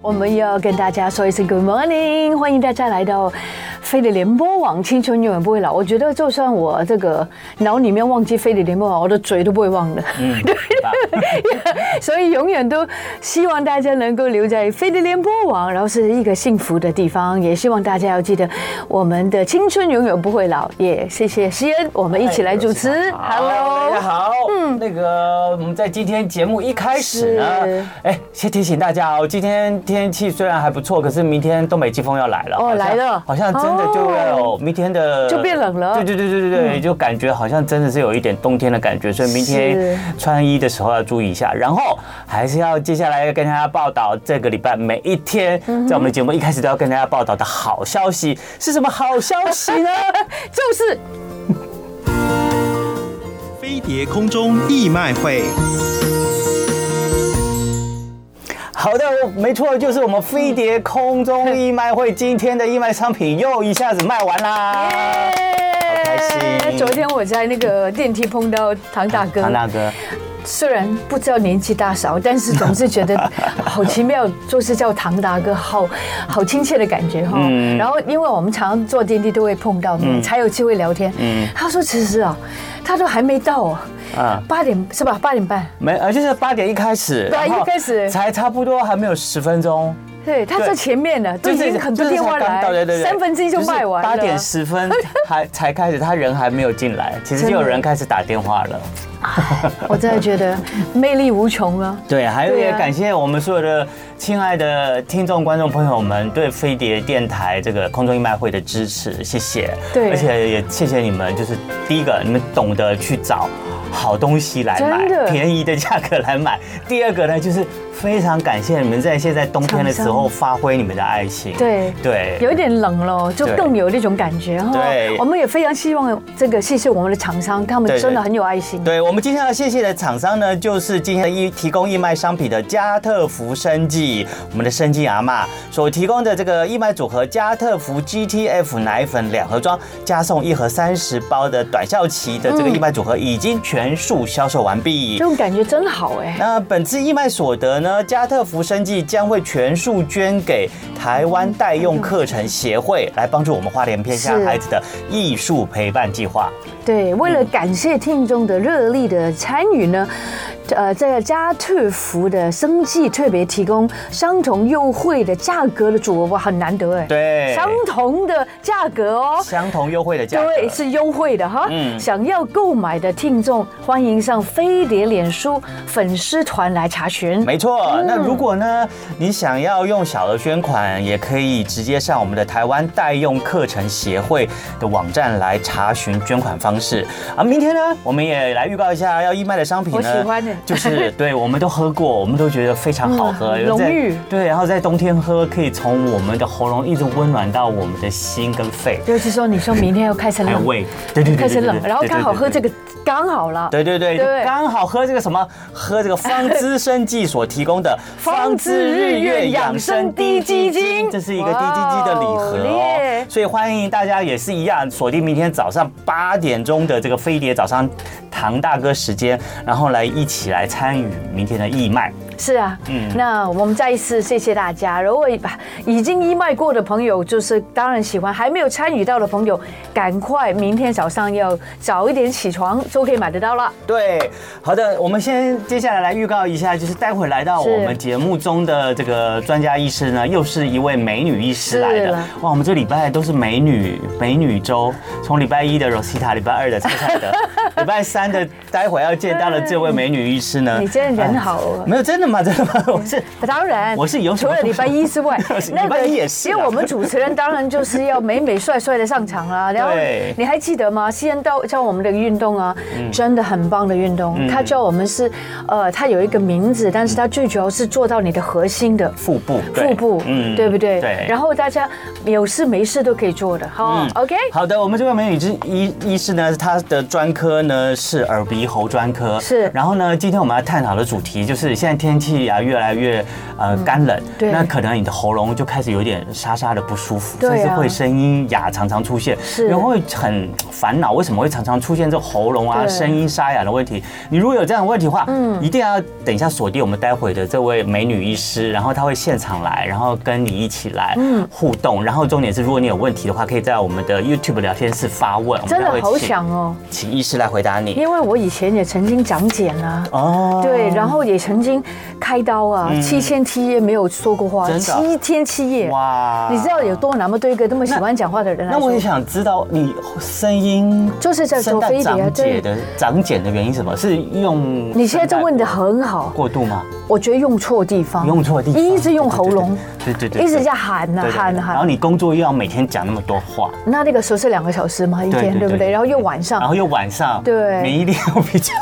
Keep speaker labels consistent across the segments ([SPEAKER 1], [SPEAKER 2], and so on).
[SPEAKER 1] 我们要跟大家说一声 Good morning，欢迎大家来到飞碟联播网，青春永远不会老。我觉得就算我这个脑里面忘记飞碟联播网，我的嘴都不会忘的。
[SPEAKER 2] 嗯，对，
[SPEAKER 1] 所以永远都希望大家能够留在飞碟联播网，然后是一个幸福的地方。也希望大家要记得，我们的青春永远不会老。也谢谢西恩，我们一
[SPEAKER 2] 哎
[SPEAKER 1] 起来主持。
[SPEAKER 2] Hello，
[SPEAKER 1] Hello，
[SPEAKER 2] 大家好。嗯，那个我们在今天节目一开始
[SPEAKER 1] 是
[SPEAKER 2] 呢，哎，先提醒大家哦，今天天气虽然还不错，可是明天东北季风要来了。
[SPEAKER 1] 哦
[SPEAKER 2] 好像
[SPEAKER 1] 来了哦
[SPEAKER 2] 好像真的就会有明天的
[SPEAKER 1] 就变冷了嗯
[SPEAKER 2] 对对对对对对，就感觉好像真的是有一点冬天的感觉，所以明
[SPEAKER 1] 是
[SPEAKER 2] 天穿衣的时候要注意一下。然后还是要接下来跟大家报道这个礼拜每一天，在我们的节目一开始都要跟大家报道的好消息是什么好消息呢？
[SPEAKER 1] 就是
[SPEAKER 3] 飞碟空中义卖会，
[SPEAKER 2] 好的，没错，就是我们飞碟空中义卖会今天的义卖商品又一下子卖完啦。开心
[SPEAKER 1] 昨天我在那个电梯碰到唐大哥，
[SPEAKER 2] 唐大哥，
[SPEAKER 1] 虽然不知道年纪大少，但是总是觉得好奇妙，就是叫唐大哥，好 好亲切的感觉哈。
[SPEAKER 2] 嗯
[SPEAKER 1] 然后，因为我们常常坐电梯都会碰到面，才有机会聊天。
[SPEAKER 2] 嗯
[SPEAKER 1] 他说其实啊，他都还没到啊
[SPEAKER 2] 啊，
[SPEAKER 1] 八点是吧？八点半，
[SPEAKER 2] 没呃，就是八点一开始，
[SPEAKER 1] 对
[SPEAKER 2] 然后
[SPEAKER 1] 一开始
[SPEAKER 2] 才差不多还没有十分钟，
[SPEAKER 1] 对，他在前面呢，都已经很多电话
[SPEAKER 2] 就是才刚到对
[SPEAKER 1] 来
[SPEAKER 2] 对，对，
[SPEAKER 1] 三分之一就卖完了。
[SPEAKER 2] 八点十分还才 开始，他人还没有进来，其实
[SPEAKER 1] 真
[SPEAKER 2] 就
[SPEAKER 1] 的
[SPEAKER 2] 有人开始打电话了。
[SPEAKER 1] 我真的觉得魅力无穷啊。
[SPEAKER 2] 对，还有
[SPEAKER 1] 对啊
[SPEAKER 2] 也感谢我们所有的亲爱的听众、观众朋友们对飞碟电台这个空中义卖会的支持，谢谢。
[SPEAKER 1] 对
[SPEAKER 2] 而且也谢谢你们，就是第一个，你们懂得去找好东西来
[SPEAKER 1] 真的
[SPEAKER 2] 买，便宜的价格来买；第二个呢，就是非常感谢你们在现在冬天的时候发挥你们的爱心。
[SPEAKER 1] 对
[SPEAKER 2] 对，
[SPEAKER 1] 有一点冷了，就
[SPEAKER 2] 对
[SPEAKER 1] 更有那种感觉哈。
[SPEAKER 2] 对
[SPEAKER 1] 我们也非常希望这个谢谢我们的厂商，他们
[SPEAKER 2] 对对
[SPEAKER 1] 真的很有爱心。
[SPEAKER 2] 对我们今天要谢谢的厂商呢，就是今天的义提供义卖商品的家特福生技，我们的生技阿嬷所提供的这个义卖组合家特福 GTF 奶粉两盒装，加送一盒三十包的短效期的这个义卖组合已经全数销售完毕
[SPEAKER 1] 这。种感觉真好哎。
[SPEAKER 2] 那本次义卖所得呢，加特福生技将会全数捐给台湾代用课程协会，来帮助我们花莲偏乡
[SPEAKER 1] 是
[SPEAKER 2] 孩子的艺术陪伴计划。
[SPEAKER 1] 对，为了感谢听众的热力的参与呢，呃，这个家特福的生计特别提供相同优惠的价格的组合，哇，很难得哎。
[SPEAKER 2] 对
[SPEAKER 1] 相同的价格哦。
[SPEAKER 2] 相同优惠的价格，
[SPEAKER 1] 对，是优惠的哈。
[SPEAKER 2] 嗯
[SPEAKER 1] 想要购买的听众，欢迎上飞碟脸书粉丝团来查询。
[SPEAKER 2] 没错，那如果呢，你想要用小额捐款，也可以直接上我们的台湾代用课程协会的网站来查询捐款方式啊。明天呢，我们也来预告一下要义卖的商品呢，
[SPEAKER 1] 我喜欢的
[SPEAKER 2] 就是对我们都喝过，我们都觉得非常好喝，
[SPEAKER 1] 嗯
[SPEAKER 2] 有在
[SPEAKER 1] 浓郁
[SPEAKER 2] 对，然后在冬天喝，可以从我们的喉咙一直温暖到我们的心跟肺，
[SPEAKER 1] 尤其说你说明天要开始
[SPEAKER 2] 还有
[SPEAKER 1] 冷，
[SPEAKER 2] 胃，对对对对对，
[SPEAKER 1] 开始冷，
[SPEAKER 2] 对
[SPEAKER 1] 然后刚好喝这。
[SPEAKER 2] 对对对
[SPEAKER 1] 个刚好了。
[SPEAKER 2] 对对对，就
[SPEAKER 1] 对
[SPEAKER 2] 刚好喝这个什么，喝这个方知生剂所提供的
[SPEAKER 1] 方知日月养生低基哦精
[SPEAKER 2] 这是一个低基精的礼盒
[SPEAKER 1] 哇哦
[SPEAKER 2] 哦
[SPEAKER 1] 耶。
[SPEAKER 2] 所以欢迎大家也是一样锁定明天早上八点钟的这个飞碟早上唐大哥时间，然后来一起来参与明天的义卖。
[SPEAKER 1] 是啊，
[SPEAKER 2] 嗯
[SPEAKER 1] 那我们再一次谢谢大家。如果把已经义卖过的朋友，就是当然喜欢；还没有参与到的朋友，赶快明天早上要早一点起床，就可以买得到了。
[SPEAKER 2] 对，好的，我们先接下来来预告一下，就是待会来到
[SPEAKER 1] 是
[SPEAKER 2] 我们节目中的这个专家医师呢，又是一位美女医师来
[SPEAKER 1] 是
[SPEAKER 2] 的
[SPEAKER 1] 了。
[SPEAKER 2] 哇，我们这礼拜都是美女美女周，从礼拜一的 Rosita，礼拜二的蔡 蔡的，礼拜三的待会要见到的这位美女医师呢，
[SPEAKER 1] 你真的人好
[SPEAKER 2] 哎没有真的吗？真的吗？我是
[SPEAKER 1] 当然，
[SPEAKER 2] 我是有什
[SPEAKER 1] 除
[SPEAKER 2] 么，
[SPEAKER 1] 了礼拜一之外
[SPEAKER 2] 礼拜一也是啊
[SPEAKER 1] 因为我们主持人当然就是要美美帅帅的上场啦。然后
[SPEAKER 2] 对
[SPEAKER 1] 你还记得吗？西恩到教我们的运动啊，
[SPEAKER 2] 嗯
[SPEAKER 1] 真的很棒的运动。他教我们是，呃，他有一个名字，但是他最主要是做到你的核心的。
[SPEAKER 2] 腹部，对嗯
[SPEAKER 1] 腹部，对不对？
[SPEAKER 2] 对。嗯
[SPEAKER 1] 然后大家有事没事都可以做的，哈。OK，
[SPEAKER 2] 好的，我们这位美女之医医师呢，她的专科呢是耳鼻喉专科，
[SPEAKER 1] 是
[SPEAKER 2] 然后呢，今天我们要探讨的主题就是现在天气啊越来越呃干冷，
[SPEAKER 1] 嗯对
[SPEAKER 2] 那可能你的喉咙就开始有点沙沙的不舒服，
[SPEAKER 1] 对啊
[SPEAKER 2] 甚至会声音哑常常出现，
[SPEAKER 1] 是
[SPEAKER 2] 人会很烦恼，为什么会常常出现这喉咙啊
[SPEAKER 1] 对
[SPEAKER 2] 声音沙哑的问题？你如果有这样的问题的话，嗯，
[SPEAKER 1] 嗯
[SPEAKER 2] 一定要等一下锁定我们待会的这位美女医师，然后她会现场来，然后跟你一起来互动，然后重点是如果你有问题的话，可以在我们的 YouTube 聊天室发问，我们
[SPEAKER 1] 真
[SPEAKER 2] 待会
[SPEAKER 1] 的好
[SPEAKER 2] 请
[SPEAKER 1] 想哦，
[SPEAKER 2] 请医师来回答你。
[SPEAKER 1] 因为我以前也曾经长茧啊。
[SPEAKER 2] 哦嗯
[SPEAKER 1] 对，然后也曾经开刀啊，七天七夜没有说过话，
[SPEAKER 2] 真的啊
[SPEAKER 1] 七天七夜，
[SPEAKER 2] 哇
[SPEAKER 1] 你知道有多难吗？对一个那么喜欢讲话的人来
[SPEAKER 2] 那
[SPEAKER 1] 说，
[SPEAKER 2] 我也想知道你声音
[SPEAKER 1] 就是在
[SPEAKER 2] 声
[SPEAKER 1] 走
[SPEAKER 2] 带
[SPEAKER 1] 飞碟啊
[SPEAKER 2] 长茧
[SPEAKER 1] 对。
[SPEAKER 2] 的长茧的原因是什么？是用
[SPEAKER 1] 你现在这问的
[SPEAKER 2] 声带
[SPEAKER 1] 很好，
[SPEAKER 2] 过度吗？
[SPEAKER 1] 我觉得用错地方，
[SPEAKER 2] 用错地方，
[SPEAKER 1] 一直用喉咙，
[SPEAKER 2] 对，对对对，对
[SPEAKER 1] 一直在喊呐
[SPEAKER 2] 对对对
[SPEAKER 1] 喊
[SPEAKER 2] 然后
[SPEAKER 1] 喊。
[SPEAKER 2] 你工作又要每天讲那么多话，
[SPEAKER 1] 那那个时候是两个小时嘛，一
[SPEAKER 2] 对对
[SPEAKER 1] 天
[SPEAKER 2] 对
[SPEAKER 1] 对不
[SPEAKER 2] 对
[SPEAKER 1] 对？然后又晚上
[SPEAKER 2] 然，后又晚上，
[SPEAKER 1] 对
[SPEAKER 2] 免疫力又比较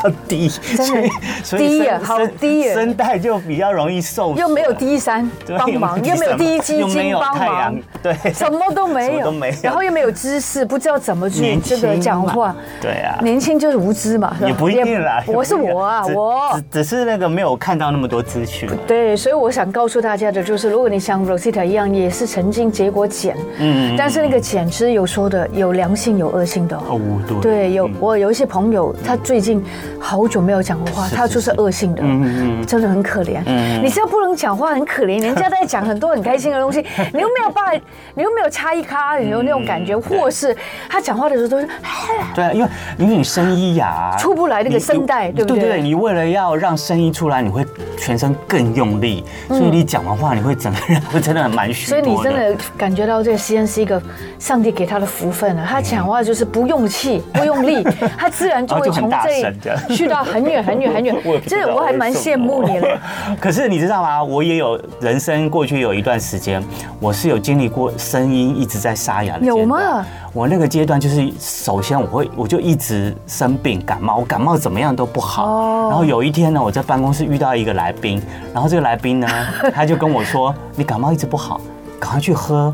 [SPEAKER 1] 的
[SPEAKER 2] 低，所以所以
[SPEAKER 1] 低耶
[SPEAKER 2] 声
[SPEAKER 1] 好
[SPEAKER 2] 声
[SPEAKER 1] 低耶
[SPEAKER 2] 声带就比较容易受损，
[SPEAKER 1] 又没有第一山
[SPEAKER 2] 对
[SPEAKER 1] 帮忙，又没有第一基
[SPEAKER 2] 又没
[SPEAKER 1] 金
[SPEAKER 2] 有
[SPEAKER 1] 帮
[SPEAKER 2] 太
[SPEAKER 1] 忙
[SPEAKER 2] 阳，，对，
[SPEAKER 1] 什么都
[SPEAKER 2] 什
[SPEAKER 1] 没
[SPEAKER 2] 么
[SPEAKER 1] 有，
[SPEAKER 2] 都没有
[SPEAKER 1] 然后又没有知识，不知道怎么去
[SPEAKER 2] 年轻
[SPEAKER 1] 这个讲
[SPEAKER 2] 嘛
[SPEAKER 1] 话。
[SPEAKER 2] 对啊。
[SPEAKER 1] 年轻就是无知嘛，是吧
[SPEAKER 2] 也不一定啦，
[SPEAKER 1] 我是我啊，
[SPEAKER 2] 也不一定
[SPEAKER 1] 我
[SPEAKER 2] 只只只是那个没有看到那么多资讯。啊
[SPEAKER 1] 对，所以我想告诉大家的就是，如果你像 Rosita 一样，也是曾经结果减，
[SPEAKER 2] 嗯
[SPEAKER 1] 嗯，但是那个减是有说的，有良性有恶性的哦。
[SPEAKER 2] 哦，对，
[SPEAKER 1] 对，有
[SPEAKER 2] 嗯
[SPEAKER 1] 我有一些朋友，他最近好久没有讲过话，
[SPEAKER 2] 是
[SPEAKER 1] 他就是恶性的，
[SPEAKER 2] 嗯嗯嗯
[SPEAKER 1] 真的很可怜。
[SPEAKER 2] 嗯
[SPEAKER 1] 你知道不能讲话很可 怜，人家在讲很多很开心的东西，你又没有办法，你又没有插一咖，你有那种感
[SPEAKER 2] 嗯
[SPEAKER 1] 觉，或是他讲话的时候都是
[SPEAKER 2] 对啊，因为因为你声音哑，
[SPEAKER 1] 出不来那个声带
[SPEAKER 2] 你
[SPEAKER 1] 对不
[SPEAKER 2] 对
[SPEAKER 1] 对
[SPEAKER 2] 对，你为了要让声音出来，你会全身更用力，所以你讲完话，你会整个人会真的很蛮虚
[SPEAKER 1] 所
[SPEAKER 2] 脱
[SPEAKER 1] 以你真的感觉到这个西恩是一个上帝给他的福分了、他讲话就是不用 气、不用力，他自然就
[SPEAKER 2] 然后
[SPEAKER 1] 会
[SPEAKER 2] 就很
[SPEAKER 1] 从
[SPEAKER 2] 大
[SPEAKER 1] 这里
[SPEAKER 2] 声这 样
[SPEAKER 1] 去到很远、很远、很远
[SPEAKER 2] 我也。不知道
[SPEAKER 1] 这我还蛮羡慕你
[SPEAKER 2] 为
[SPEAKER 1] 了。
[SPEAKER 2] 什么。 可是你知道吗？我也有人生过去有一段时间，我是有经历过声音一直在沙哑的阶段
[SPEAKER 1] 有吗？
[SPEAKER 2] 我那个阶段就是，首先我会我就一直生病感冒，我感冒怎么样都不好。
[SPEAKER 1] 哦
[SPEAKER 2] 然后有一天呢，我在办公室遇到一个来宾，然后这个来宾 呢，他就跟我说：“你感冒一直不好，赶快去喝，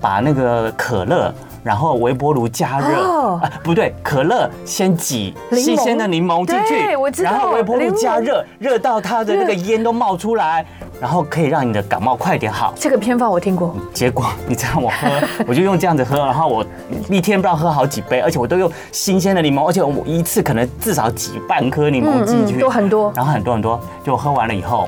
[SPEAKER 2] 把那个可乐。”然后微波炉加热，
[SPEAKER 1] 哦
[SPEAKER 2] 啊不对，可乐先挤
[SPEAKER 1] 柠檬
[SPEAKER 2] 新鲜的柠檬进去，
[SPEAKER 1] 对我知道
[SPEAKER 2] 然后微波炉
[SPEAKER 1] 柠檬
[SPEAKER 2] 加热，热到它的那个烟都冒出来，然后可以让你的感冒快点好。
[SPEAKER 1] 这个偏方我听过，
[SPEAKER 2] 结果你知道我喝，我就用这样子喝，然后我一天不知道喝好几杯，而且我都用新鲜的柠檬，而且我一次可能至少挤半颗柠檬进去，
[SPEAKER 1] 嗯都很多
[SPEAKER 2] 然后很多很多，就喝完了 以后，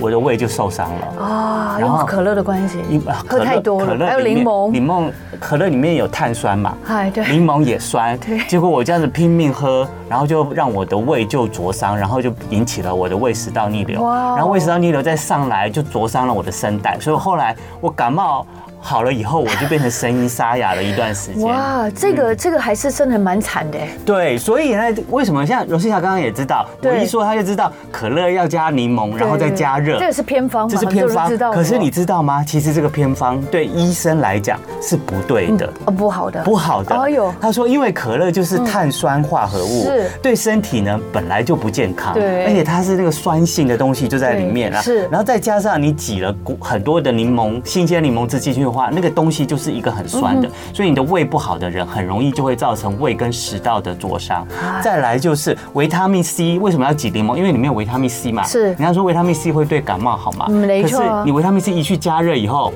[SPEAKER 2] 我的胃就受伤了。
[SPEAKER 1] 啊，
[SPEAKER 2] 然
[SPEAKER 1] 因
[SPEAKER 2] 后
[SPEAKER 1] 为可乐的关系
[SPEAKER 2] 因啊，
[SPEAKER 1] 喝
[SPEAKER 2] 可乐
[SPEAKER 1] 太多
[SPEAKER 2] 可
[SPEAKER 1] 了，
[SPEAKER 2] 乐
[SPEAKER 1] 还有
[SPEAKER 2] 里
[SPEAKER 1] 柠
[SPEAKER 2] 面
[SPEAKER 1] 檬，
[SPEAKER 2] 柠檬可乐里面有碳酸嘛，
[SPEAKER 1] 哎对，
[SPEAKER 2] 柠檬也酸
[SPEAKER 1] 对，
[SPEAKER 2] 结果我这样子拼命喝，然后就让我的胃就灼伤，然后就引起了我的胃食道逆流，
[SPEAKER 1] 哇哦
[SPEAKER 2] 然后胃食道逆流再上来就灼伤了我的声带，所以后来我感冒好了以后，我就变成声音沙哑了一段时间。
[SPEAKER 1] 哇，这
[SPEAKER 2] 嗯
[SPEAKER 1] 个这个还是真的蛮惨的。
[SPEAKER 2] 对，所以呢，为什么像罗西霞刚刚也知道，我
[SPEAKER 1] 对
[SPEAKER 2] 一说她就知道可乐要加柠檬，然后再加热，
[SPEAKER 1] 这个是偏方嘛，
[SPEAKER 2] 这是
[SPEAKER 1] 很多
[SPEAKER 2] 偏
[SPEAKER 1] 人
[SPEAKER 2] 方
[SPEAKER 1] 知道。的
[SPEAKER 2] 可是你知道吗？其实这个偏方对医生来讲是不对的。
[SPEAKER 1] 哦不好的，
[SPEAKER 2] 不好的。
[SPEAKER 1] 哎呦，
[SPEAKER 2] 他说因为可乐就是碳酸化合物，
[SPEAKER 1] 嗯是
[SPEAKER 2] 对身体呢本来就不健康，
[SPEAKER 1] 对
[SPEAKER 2] 而且它是那个酸性的东西就在里面啊。
[SPEAKER 1] 对是
[SPEAKER 2] 然后再加上你挤了很多的柠檬，新鲜柠檬汁进去的话，那个东西就是一个很酸
[SPEAKER 1] 嗯
[SPEAKER 2] 的，所以你的胃不好的人很容易就会造成胃跟食道的灼伤。
[SPEAKER 1] 哎
[SPEAKER 2] 再来就是维他命 C，为什么要挤柠檬？因为里面有维他命 C 嘛。
[SPEAKER 1] 是
[SPEAKER 2] 人家说维他命 C 会对感冒好嘛？
[SPEAKER 1] 嗯没错
[SPEAKER 2] 可是你维他命 C 一去加热以后。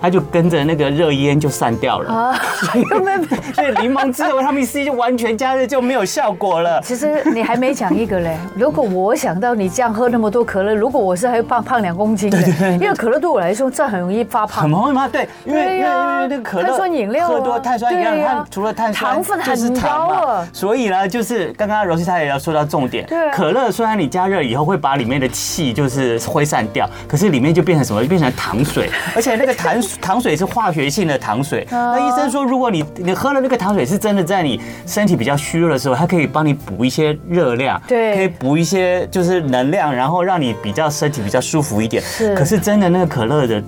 [SPEAKER 2] 它就跟着那个热烟就散掉了，
[SPEAKER 1] 啊，根本
[SPEAKER 2] 所以柠檬汁的维他命 C 就完全加热就没有效果了。
[SPEAKER 1] 其实你还没讲一个嘞。如果我想到你这样喝那么多可乐，如果我是还胖胖两公斤的，因为可乐对我来说这很容易发胖。
[SPEAKER 2] 很容易吗？对，因为
[SPEAKER 1] 对
[SPEAKER 2] 因为
[SPEAKER 1] 呀
[SPEAKER 2] 因为那个可乐、
[SPEAKER 1] 碳酸饮料啊
[SPEAKER 2] 喝多碳酸饮料，
[SPEAKER 1] 对呀
[SPEAKER 2] 它除了碳酸
[SPEAKER 1] 糖分
[SPEAKER 2] 就是
[SPEAKER 1] 很高
[SPEAKER 2] 糖嘛
[SPEAKER 1] 啊
[SPEAKER 2] 所以呢，就是刚刚柔西她也要说到重点，
[SPEAKER 1] 对啊
[SPEAKER 2] 可乐虽然你加热以后会把里面的气就是挥散掉，可是里面就变成什么？就变成 糖水，而且那个糖糖水是化学性的糖水。
[SPEAKER 1] 哦
[SPEAKER 2] 那医生说，如果你你喝了那个糖水，是真的在你身体比较虚弱的时候，它可以帮你补一些热量，
[SPEAKER 1] 对
[SPEAKER 2] 可以补一些就是能量，然后让你比较身体比较舒服一点。
[SPEAKER 1] 是
[SPEAKER 2] 可是真的那个可乐的，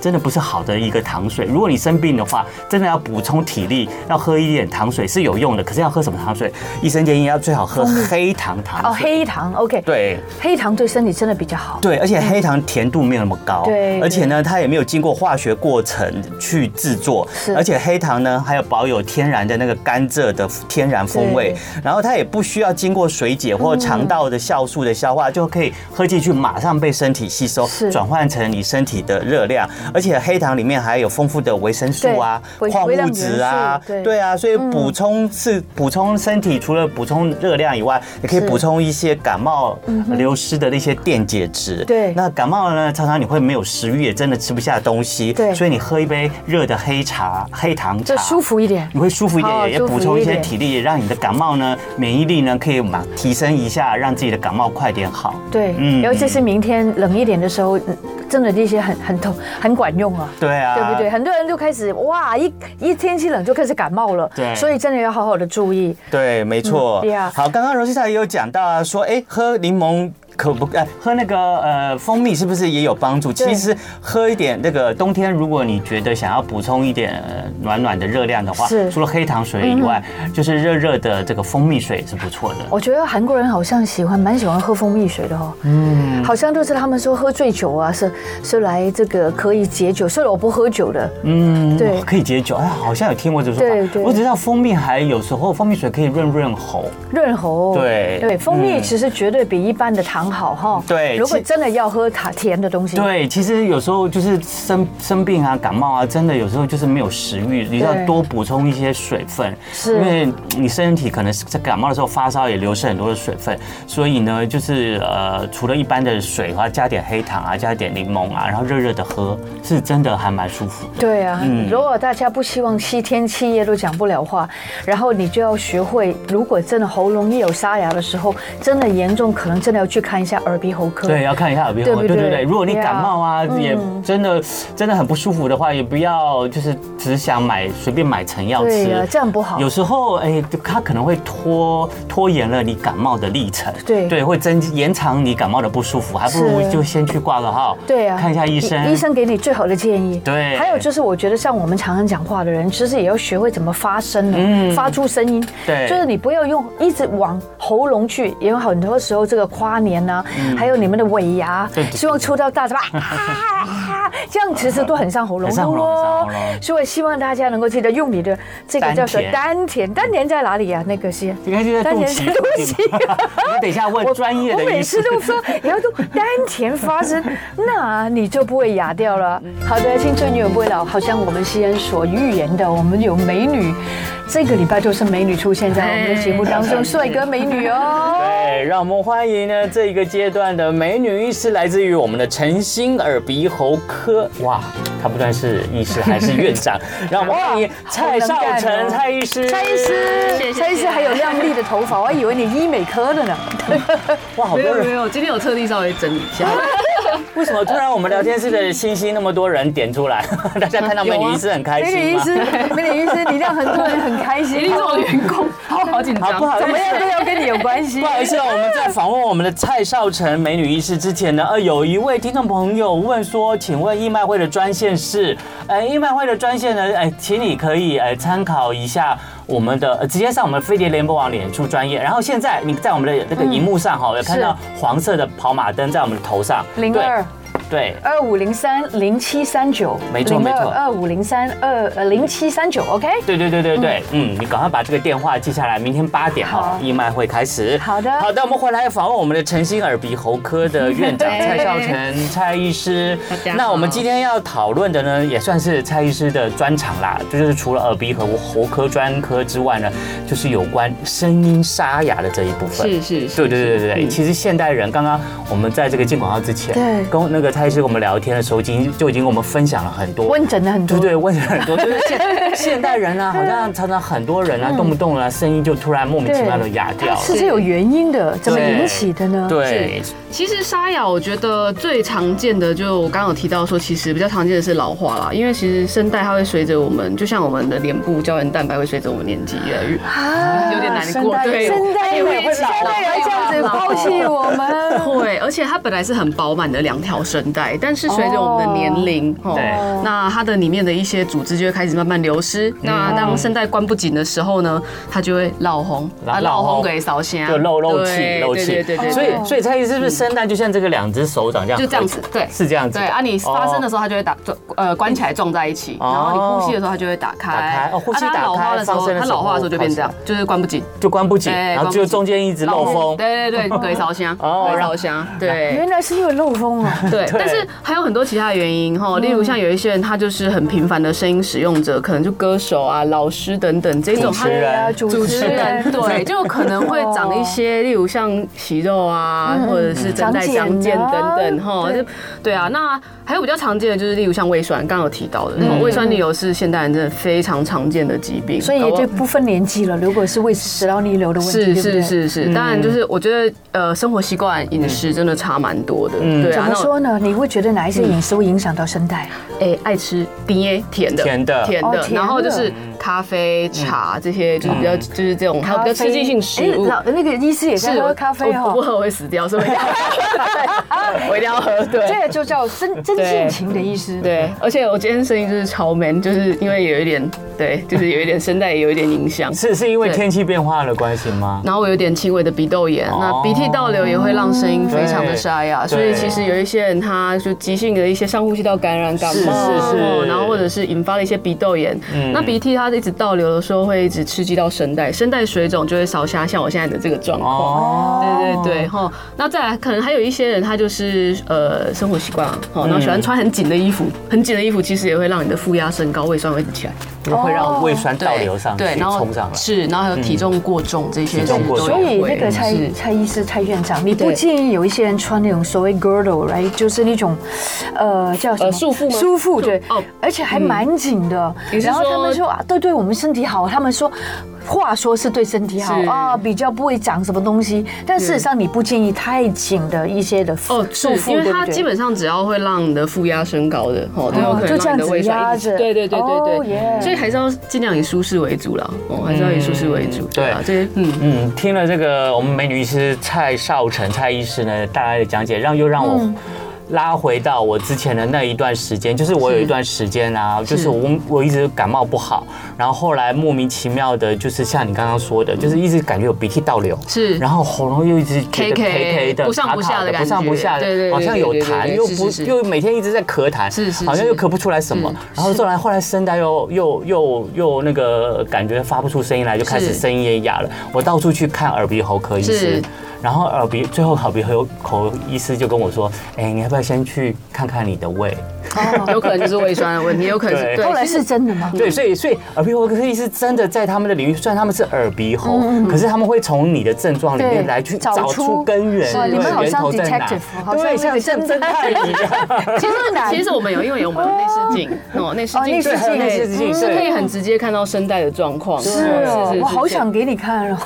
[SPEAKER 2] 真的不是好的一个糖水。如果你生病的话，真的要补充体力，要喝一点糖水是有用的。可是要喝什么糖水？医生建议要最好喝黑糖
[SPEAKER 1] 哦，
[SPEAKER 2] 糖水。
[SPEAKER 1] 黑糖，OK，，
[SPEAKER 2] 对
[SPEAKER 1] 黑糖对身体真的比较好。
[SPEAKER 2] 对，而且黑糖甜度没有那么高，
[SPEAKER 1] 嗯对
[SPEAKER 2] 而且呢，它也没有经过化学过程去制作
[SPEAKER 1] 是，
[SPEAKER 2] 而且黑糖呢还有保有天然的那个甘蔗的天然风味
[SPEAKER 1] 对，嗯
[SPEAKER 2] 然后它也不需要经过水解或肠道的酵素的消化，就可以喝进去，马上被身体吸收
[SPEAKER 1] 是，
[SPEAKER 2] 转换成你身体的热量。而且黑糖里面还有丰富的维生素啊、
[SPEAKER 1] 对微
[SPEAKER 2] 矿
[SPEAKER 1] 微量
[SPEAKER 2] 物
[SPEAKER 1] 元
[SPEAKER 2] 质啊
[SPEAKER 1] 素对，
[SPEAKER 2] 对啊，所以补
[SPEAKER 1] 嗯
[SPEAKER 2] 充是补充身体除了补充热量以外，也可以
[SPEAKER 1] 是嗯
[SPEAKER 2] 补充一些感冒流失的那些电解质。
[SPEAKER 1] 对
[SPEAKER 2] 那感冒呢，常常你会没有食欲，也真的吃不下东西。
[SPEAKER 1] 对
[SPEAKER 2] 所以你喝一杯热的黑茶、黑糖茶，
[SPEAKER 1] 这舒服一点
[SPEAKER 2] 你。会舒服一
[SPEAKER 1] 哦
[SPEAKER 2] 点，也
[SPEAKER 1] 舒服
[SPEAKER 2] 补充一
[SPEAKER 1] 一
[SPEAKER 2] 些
[SPEAKER 1] 点
[SPEAKER 2] 体力，让你的感冒呢免疫力呢可以嘛提升一下，让自己的感冒快点好。
[SPEAKER 1] 对，
[SPEAKER 2] 嗯
[SPEAKER 1] 尤其是明天冷一点的时候，嗯真的这些很很痛，很管用啊。
[SPEAKER 2] 对啊，
[SPEAKER 1] 对不对？？很多人就开始哇，一一天气冷就开始感冒了，
[SPEAKER 2] 对
[SPEAKER 1] 所以真的要好好的注意。
[SPEAKER 2] 对，没错。
[SPEAKER 1] 嗯，yeah
[SPEAKER 2] 好，刚刚罗西塔也有讲到啊，说哎、喝柠檬。可不，哎，喝那个呃蜂蜜是不是也有帮助？
[SPEAKER 1] 对
[SPEAKER 2] 其实喝一点那个冬天，如果你觉得想要补充一点呃暖暖的热量的话
[SPEAKER 1] 是，嗯
[SPEAKER 2] 除了黑糖水以外，就是热热的这个蜂蜜水是不错的。
[SPEAKER 1] 我觉得韩国人好像喜欢蛮喜欢喝蜂蜜水的哦，嗯，好像就是他们说喝醉酒啊，是是来这个可以解酒，虽然我不喝酒的，嗯，对
[SPEAKER 2] 哦，可以解酒，哎，好像有听过这个说法。
[SPEAKER 1] 对对
[SPEAKER 2] 我只知道蜂蜜还有时候蜂蜜水可以润润喉。
[SPEAKER 1] 润喉，
[SPEAKER 2] 对
[SPEAKER 1] 哦对，蜂蜜
[SPEAKER 2] 嗯
[SPEAKER 1] 其实绝对比一般的糖好哈、
[SPEAKER 2] 对
[SPEAKER 1] 如果
[SPEAKER 2] 其
[SPEAKER 1] 真的要喝糖甜的东西，
[SPEAKER 2] 对，其实有时候就是生生病啊、感冒啊，真的有时候就是没有食欲，你要多补充一些水分，
[SPEAKER 1] 是
[SPEAKER 2] 因为你身体可能是在感冒的时候发烧也流失很多的水分，所以呢，就是呃，除了一般的水的话，加点黑糖啊，加点柠檬啊，然后热热的喝，是真的还蛮舒服的。
[SPEAKER 1] 对啊，
[SPEAKER 2] 嗯
[SPEAKER 1] 如果大家不希望七天七夜都讲不了话，然后你就要学会，如果真的喉咙一有沙哑的时候，真的严重，可能真的要去看一下耳鼻喉科。
[SPEAKER 2] 对，要看一下耳鼻
[SPEAKER 1] 对
[SPEAKER 2] 喉。
[SPEAKER 1] 不
[SPEAKER 2] 对
[SPEAKER 1] 对
[SPEAKER 2] 对对，如果你
[SPEAKER 1] 对啊
[SPEAKER 2] 感冒啊，也真的真的很不舒服的话，也不要就是只想买随便买成药
[SPEAKER 1] 对
[SPEAKER 2] 吃
[SPEAKER 1] 呀，，这样不好
[SPEAKER 2] 有。时候，哎、它可能会拖拖延了你感冒的历程，
[SPEAKER 1] 对
[SPEAKER 2] 对，会增延长你感冒的不舒服，还不如
[SPEAKER 1] 是
[SPEAKER 2] 就先去挂个号，
[SPEAKER 1] 对啊，
[SPEAKER 2] 看一下医生，
[SPEAKER 1] 医生给你最好的建议。
[SPEAKER 2] 对
[SPEAKER 1] 还有就是，我觉得像我们常常讲话的人，其实也要学会怎么发声的，发出声音。
[SPEAKER 2] 嗯对
[SPEAKER 1] 就是你不要用一直往喉咙去，因为很多时候这个跨年呐、还有你们的尾牙
[SPEAKER 2] 嗯对对，对
[SPEAKER 1] 希望抽到大 家吧，啊这样其实都很像喉咙
[SPEAKER 2] 很
[SPEAKER 1] 的
[SPEAKER 2] 像喉咙
[SPEAKER 1] 哦
[SPEAKER 2] 很像喉咙。
[SPEAKER 1] 所以希望大家能够记得用你的这个叫做丹田，丹田在哪里呀、那个是。
[SPEAKER 2] 应该就在
[SPEAKER 1] 丹
[SPEAKER 2] 肚
[SPEAKER 1] 田
[SPEAKER 2] 脐
[SPEAKER 1] 在肚
[SPEAKER 2] 附近吧你等一下问专业
[SPEAKER 1] 我
[SPEAKER 2] 的
[SPEAKER 1] 每
[SPEAKER 2] 医
[SPEAKER 1] 次
[SPEAKER 2] 生。
[SPEAKER 1] 都说 你要用丹田发声，那你就不会哑掉了。好的，青春永不会老，好像我们西安所预言的，我们有美女，这个礼拜就是美女出现
[SPEAKER 2] 哎
[SPEAKER 1] 在我们的节目当中，帅哥美女 哦。
[SPEAKER 2] 对，哎让我们欢迎呢这一个阶段的美女医师，来自于我们的陈心耳鼻喉科。哇，她不但是医师，还是 院长。让我们欢迎蔡少
[SPEAKER 1] 好能干
[SPEAKER 2] 成
[SPEAKER 1] 哦
[SPEAKER 2] 蔡医师。
[SPEAKER 1] 蔡医师，
[SPEAKER 4] 谢谢
[SPEAKER 1] 蔡医师还有亮丽的头发，我还以为你医美科的呢。
[SPEAKER 2] 哇，好
[SPEAKER 4] 没
[SPEAKER 2] 多
[SPEAKER 4] 有
[SPEAKER 2] 人
[SPEAKER 4] 没有，今天有特地稍微整理一 下，
[SPEAKER 2] 为什么突然我们聊天室的星星那么多人点出来？ 大家看到美女医师很开
[SPEAKER 1] 啊美
[SPEAKER 2] 心
[SPEAKER 1] 女医
[SPEAKER 2] 吗？
[SPEAKER 1] 师，美女医师，你让很多人很开心，
[SPEAKER 4] 一定是我的员工，好好紧
[SPEAKER 2] 好
[SPEAKER 4] 张，
[SPEAKER 2] 不好意思
[SPEAKER 1] 怎么样都要跟你有关系
[SPEAKER 2] 不。好意思哦，我们在访问我们的蔡少成美女医师之前呢，呃，有一位听众朋友问说，请问义卖会的专线是，呃，义卖会的专线呢，哎、请你可以呃参考一下我们的，呃直接上我们飞碟联播网脸书专业，然后现在你在我们的那个荧幕上哈，有看到黄色的跑马灯在我们的头上，
[SPEAKER 1] 嗯零二。
[SPEAKER 2] 对，
[SPEAKER 1] 二五零三零七三九，
[SPEAKER 2] 没错没错
[SPEAKER 1] 二五零三二呃零七三九，OK。
[SPEAKER 2] 对对对对对，嗯，你赶快把这个电话记下来，明天八点哈
[SPEAKER 1] 好，
[SPEAKER 2] 义卖会开始。
[SPEAKER 1] 好的
[SPEAKER 2] 好的，我们回来访问我们的诚心耳鼻喉科的院长蔡孝成蔡医师
[SPEAKER 4] 大家。好
[SPEAKER 2] 那我们今天要讨论的呢，也算是蔡医师的专长啦，就是除了耳鼻喉喉科专科之外呢，就是有关声音沙哑的这一部分。
[SPEAKER 4] 是是嗯是，
[SPEAKER 2] 对对对对对，其实现代人刚刚我们在这个进广告之前，
[SPEAKER 1] 对
[SPEAKER 2] 跟那个蔡医师跟我们聊天的时候，已经就已经跟我们分享了很多
[SPEAKER 1] 问诊的很
[SPEAKER 2] 对
[SPEAKER 1] 多，
[SPEAKER 2] 对，问题很 多，就是现现代人啊，好像常常很多人啊，动不动啊，声音就突然莫名其妙的哑
[SPEAKER 4] 啊
[SPEAKER 2] 掉了。
[SPEAKER 1] 是是有原因的，怎么引起的呢？
[SPEAKER 2] 对，
[SPEAKER 4] 其实沙哑，我觉得最常见的就我刚刚有提到说，其实比较常见的是老化啦，因为其实声带它会随着我们，就像我们的脸部胶原蛋白会随着我们年纪越来越，
[SPEAKER 1] 啊
[SPEAKER 4] 有点难
[SPEAKER 1] 声
[SPEAKER 4] 过
[SPEAKER 1] 带
[SPEAKER 4] 对哎
[SPEAKER 1] 声带也会，
[SPEAKER 4] 会
[SPEAKER 1] 声带也
[SPEAKER 4] 老
[SPEAKER 1] 会这样子抛弃我们。
[SPEAKER 4] 会，而且它本来是很饱满的两条声韧带，但是随着我们的年龄，哦
[SPEAKER 5] 对
[SPEAKER 4] 那它的里面的一些组织就会开始慢慢流失。那
[SPEAKER 2] 嗯
[SPEAKER 4] 当声带关不紧的时候呢，它就会老红，
[SPEAKER 2] 老
[SPEAKER 4] 啊，老红给扫线，
[SPEAKER 2] 就漏漏气
[SPEAKER 4] 对
[SPEAKER 2] 漏气，
[SPEAKER 4] 对对对对，
[SPEAKER 2] 所
[SPEAKER 4] 对
[SPEAKER 2] 以所以蔡医师是不是声带就像这个两只手掌这样，哎
[SPEAKER 4] 就这样子，对，
[SPEAKER 2] 是这样子的，哦
[SPEAKER 4] 对啊，你发生的
[SPEAKER 2] 时
[SPEAKER 4] 时候它就会打撞，呃，关起来撞在一起，然后你呼吸的时候它就会打开，
[SPEAKER 2] 哦打开哦呼吸
[SPEAKER 4] 啊它
[SPEAKER 2] 打
[SPEAKER 4] 老化
[SPEAKER 2] 开
[SPEAKER 4] 的时
[SPEAKER 2] 放
[SPEAKER 4] 候，
[SPEAKER 2] 生的
[SPEAKER 4] 它
[SPEAKER 2] 时候
[SPEAKER 4] 老化的时候就变这样
[SPEAKER 2] 靠，
[SPEAKER 4] 就是关不紧，
[SPEAKER 2] 就关不紧，
[SPEAKER 4] 对
[SPEAKER 2] 然后
[SPEAKER 4] 哎关不紧
[SPEAKER 2] 就中间一直漏风，
[SPEAKER 4] 对对对，鬼烧香，
[SPEAKER 2] 哦
[SPEAKER 4] 鬼烧香，啊对。
[SPEAKER 1] 原来是因为漏风啊！
[SPEAKER 4] 对，但是还有很多其他的原因
[SPEAKER 1] 嗯
[SPEAKER 4] 哈，例如像有一些人他就是很频繁的声音使用者，可能就歌手啊、老师等等这种，
[SPEAKER 2] 主持
[SPEAKER 4] 他
[SPEAKER 2] 人
[SPEAKER 1] 对啊，主
[SPEAKER 4] 主
[SPEAKER 1] 持
[SPEAKER 4] 持人
[SPEAKER 1] 人
[SPEAKER 4] 对，就可能会长一些，例如像息肉啊，或者是韧带
[SPEAKER 1] 哦长
[SPEAKER 4] 相
[SPEAKER 1] 茧
[SPEAKER 4] 间
[SPEAKER 1] 啊
[SPEAKER 4] 等等哈，
[SPEAKER 1] 对
[SPEAKER 4] 就对啊。那还有比较常见的就是例如像胃酸，刚刚有提到的，吼胃酸逆流是现代人真的非常常见的疾病，
[SPEAKER 1] 嗯所以
[SPEAKER 4] 搞不好
[SPEAKER 1] 这不分年纪了。如果是胃食道逆流的问题，对
[SPEAKER 4] 是
[SPEAKER 1] 不对嗯
[SPEAKER 4] 是是是，当然就是我觉得呃，生活习惯、饮食真的差蛮多的。对
[SPEAKER 1] 嗯怎
[SPEAKER 4] 啊，
[SPEAKER 1] 么
[SPEAKER 4] 那我
[SPEAKER 1] 说呢？你会觉得哪一些饮食会影响到声带？
[SPEAKER 4] 哎爱吃冰耶甜的
[SPEAKER 2] 甜的嗯
[SPEAKER 4] 甜
[SPEAKER 1] 哦
[SPEAKER 4] 的，
[SPEAKER 1] 甜的
[SPEAKER 4] 然后就是咖啡、茶这些，就是比较就是这种，还有比较刺激性食物
[SPEAKER 1] 哎。老那个医师也在喝咖啡
[SPEAKER 4] 我我不
[SPEAKER 1] 哈。
[SPEAKER 4] 喝我会死掉，所以我一定要我一定要喝。对
[SPEAKER 1] 这个就叫真真性情的医师。
[SPEAKER 4] 对，而且我今天声音就是超 man，就是因为有一点对，就是有一点声带也有一点影响。
[SPEAKER 2] 是是因为
[SPEAKER 4] 对
[SPEAKER 2] 天气变化的关系吗？
[SPEAKER 4] 然后我有点轻微的鼻窦炎，那鼻涕倒流也会让声音非常的沙哑，
[SPEAKER 2] 哦对
[SPEAKER 4] 所以其实有一些人他就急性的一些上呼吸道感染、感冒，啊
[SPEAKER 2] 是是嗯
[SPEAKER 4] 然后或者是引发了一些鼻窦炎。那鼻涕它一直倒流的时候，会一直刺激到声带，声带水肿就会烧瞎，像我现在的这个状况。
[SPEAKER 2] 哦，
[SPEAKER 4] 对对对，哈，那再来可能还有一些人，他就是呃生活习惯啊，
[SPEAKER 2] 嗯
[SPEAKER 4] 好，然后喜欢穿很紧的衣服，很紧的衣服其实也会让你的负压升高，胃酸会一直起来，
[SPEAKER 2] 就会让胃酸
[SPEAKER 4] 哦对
[SPEAKER 2] 倒流上去，
[SPEAKER 4] 对，然后
[SPEAKER 2] 冲上来。嗯
[SPEAKER 4] 是，然后还有体重过重这些
[SPEAKER 2] 体
[SPEAKER 4] 其
[SPEAKER 2] 重
[SPEAKER 4] 实
[SPEAKER 2] 过
[SPEAKER 4] 都
[SPEAKER 2] 重
[SPEAKER 1] 所以
[SPEAKER 4] 有
[SPEAKER 1] 那
[SPEAKER 4] 会
[SPEAKER 1] 个蔡
[SPEAKER 4] 是
[SPEAKER 1] 蔡医师、蔡院长，你不
[SPEAKER 4] 对
[SPEAKER 1] 建议有一些人穿那种所谓 girdle，right？就是那种，呃，叫什么
[SPEAKER 4] 呃束缚吗
[SPEAKER 1] 束缚对
[SPEAKER 4] 哦，
[SPEAKER 1] 而且还蛮紧的。
[SPEAKER 4] 你是
[SPEAKER 1] 然后他们
[SPEAKER 4] 说
[SPEAKER 1] 说啊，对对，我们身体好。他们说，话说是对身体好
[SPEAKER 4] 是
[SPEAKER 1] 啊，比较不会长什么东西。但事实上，你不建议太紧的一些的束
[SPEAKER 4] 哦，
[SPEAKER 1] 缚，
[SPEAKER 4] 是因为
[SPEAKER 1] 对
[SPEAKER 4] 它
[SPEAKER 1] 不对
[SPEAKER 4] 基本上只要会让你的负压升高的，哦，都有可
[SPEAKER 1] 就
[SPEAKER 4] 能
[SPEAKER 1] 这
[SPEAKER 4] 让
[SPEAKER 1] 样
[SPEAKER 4] 你的
[SPEAKER 1] 子
[SPEAKER 4] 胃
[SPEAKER 1] 压
[SPEAKER 4] 酸一直
[SPEAKER 1] 着。
[SPEAKER 4] 对对对对
[SPEAKER 1] 哦
[SPEAKER 4] 对，
[SPEAKER 1] 耶
[SPEAKER 4] 所以还是要尽量以舒适为主啦，哦，还是要以舒适为主，啊，
[SPEAKER 2] 对
[SPEAKER 4] 这些嗯。
[SPEAKER 2] 嗯，听了这个我们美女医师蔡少成蔡医师呢大概的讲解，让又让我。拉回到我之前的那一段时间，就是我有一段时间啊，就是我我一直感冒不好，然后后来莫名其妙的，就是像你刚刚说的，就是一直感觉有鼻涕倒流，
[SPEAKER 4] 是
[SPEAKER 2] 然后喉咙又一直觉得
[SPEAKER 4] K K
[SPEAKER 2] 的，
[SPEAKER 4] 不上不下的
[SPEAKER 2] 卡卡不上
[SPEAKER 4] 感觉
[SPEAKER 2] 不下的，
[SPEAKER 4] 对对对
[SPEAKER 2] 好像有痰，
[SPEAKER 4] 对对对对
[SPEAKER 2] 又
[SPEAKER 4] 是
[SPEAKER 2] 不
[SPEAKER 4] 是是
[SPEAKER 2] 又每天一直在咳痰，
[SPEAKER 4] 是是
[SPEAKER 2] 好像
[SPEAKER 4] 是
[SPEAKER 2] 又咳不出来什么
[SPEAKER 4] 是，
[SPEAKER 2] 然后
[SPEAKER 4] 是
[SPEAKER 2] 后来后来声带又又又又那个感觉发不出声音来，就开始
[SPEAKER 4] 是
[SPEAKER 2] 声音也哑了。我到处去看耳鼻喉科医师
[SPEAKER 4] 是，
[SPEAKER 2] 然后耳鼻最后耳鼻喉口医师就跟我说：“哎，你要不要先去看看你的胃
[SPEAKER 4] 有可能就是胃酸的问题，有可能
[SPEAKER 2] 对
[SPEAKER 4] 是对。
[SPEAKER 1] 后来
[SPEAKER 4] 其实
[SPEAKER 1] 是真的吗？？”
[SPEAKER 2] 对，所以所呃以耳鼻喉科医师真的在他们的领域，虽然他们是耳鼻
[SPEAKER 1] 嗯
[SPEAKER 2] 喉，可是他们会从你的症状里面来去找出根源，
[SPEAKER 1] 哇你们好
[SPEAKER 2] 源
[SPEAKER 1] 像
[SPEAKER 2] 头在哪
[SPEAKER 1] detective，？好像
[SPEAKER 2] 对，像
[SPEAKER 1] 那个
[SPEAKER 2] 像
[SPEAKER 1] 侦
[SPEAKER 2] 侦
[SPEAKER 1] 探
[SPEAKER 2] 探 一样。
[SPEAKER 1] 其
[SPEAKER 4] 其实我们有，因为有我们内视镜哦，内视
[SPEAKER 1] 哦内
[SPEAKER 4] 镜
[SPEAKER 1] 视
[SPEAKER 4] 对还有
[SPEAKER 1] 镜
[SPEAKER 4] 内视镜
[SPEAKER 2] 嗯
[SPEAKER 4] 是可以很直接看到声带的状况。
[SPEAKER 1] 是哦，我好想给你看哦。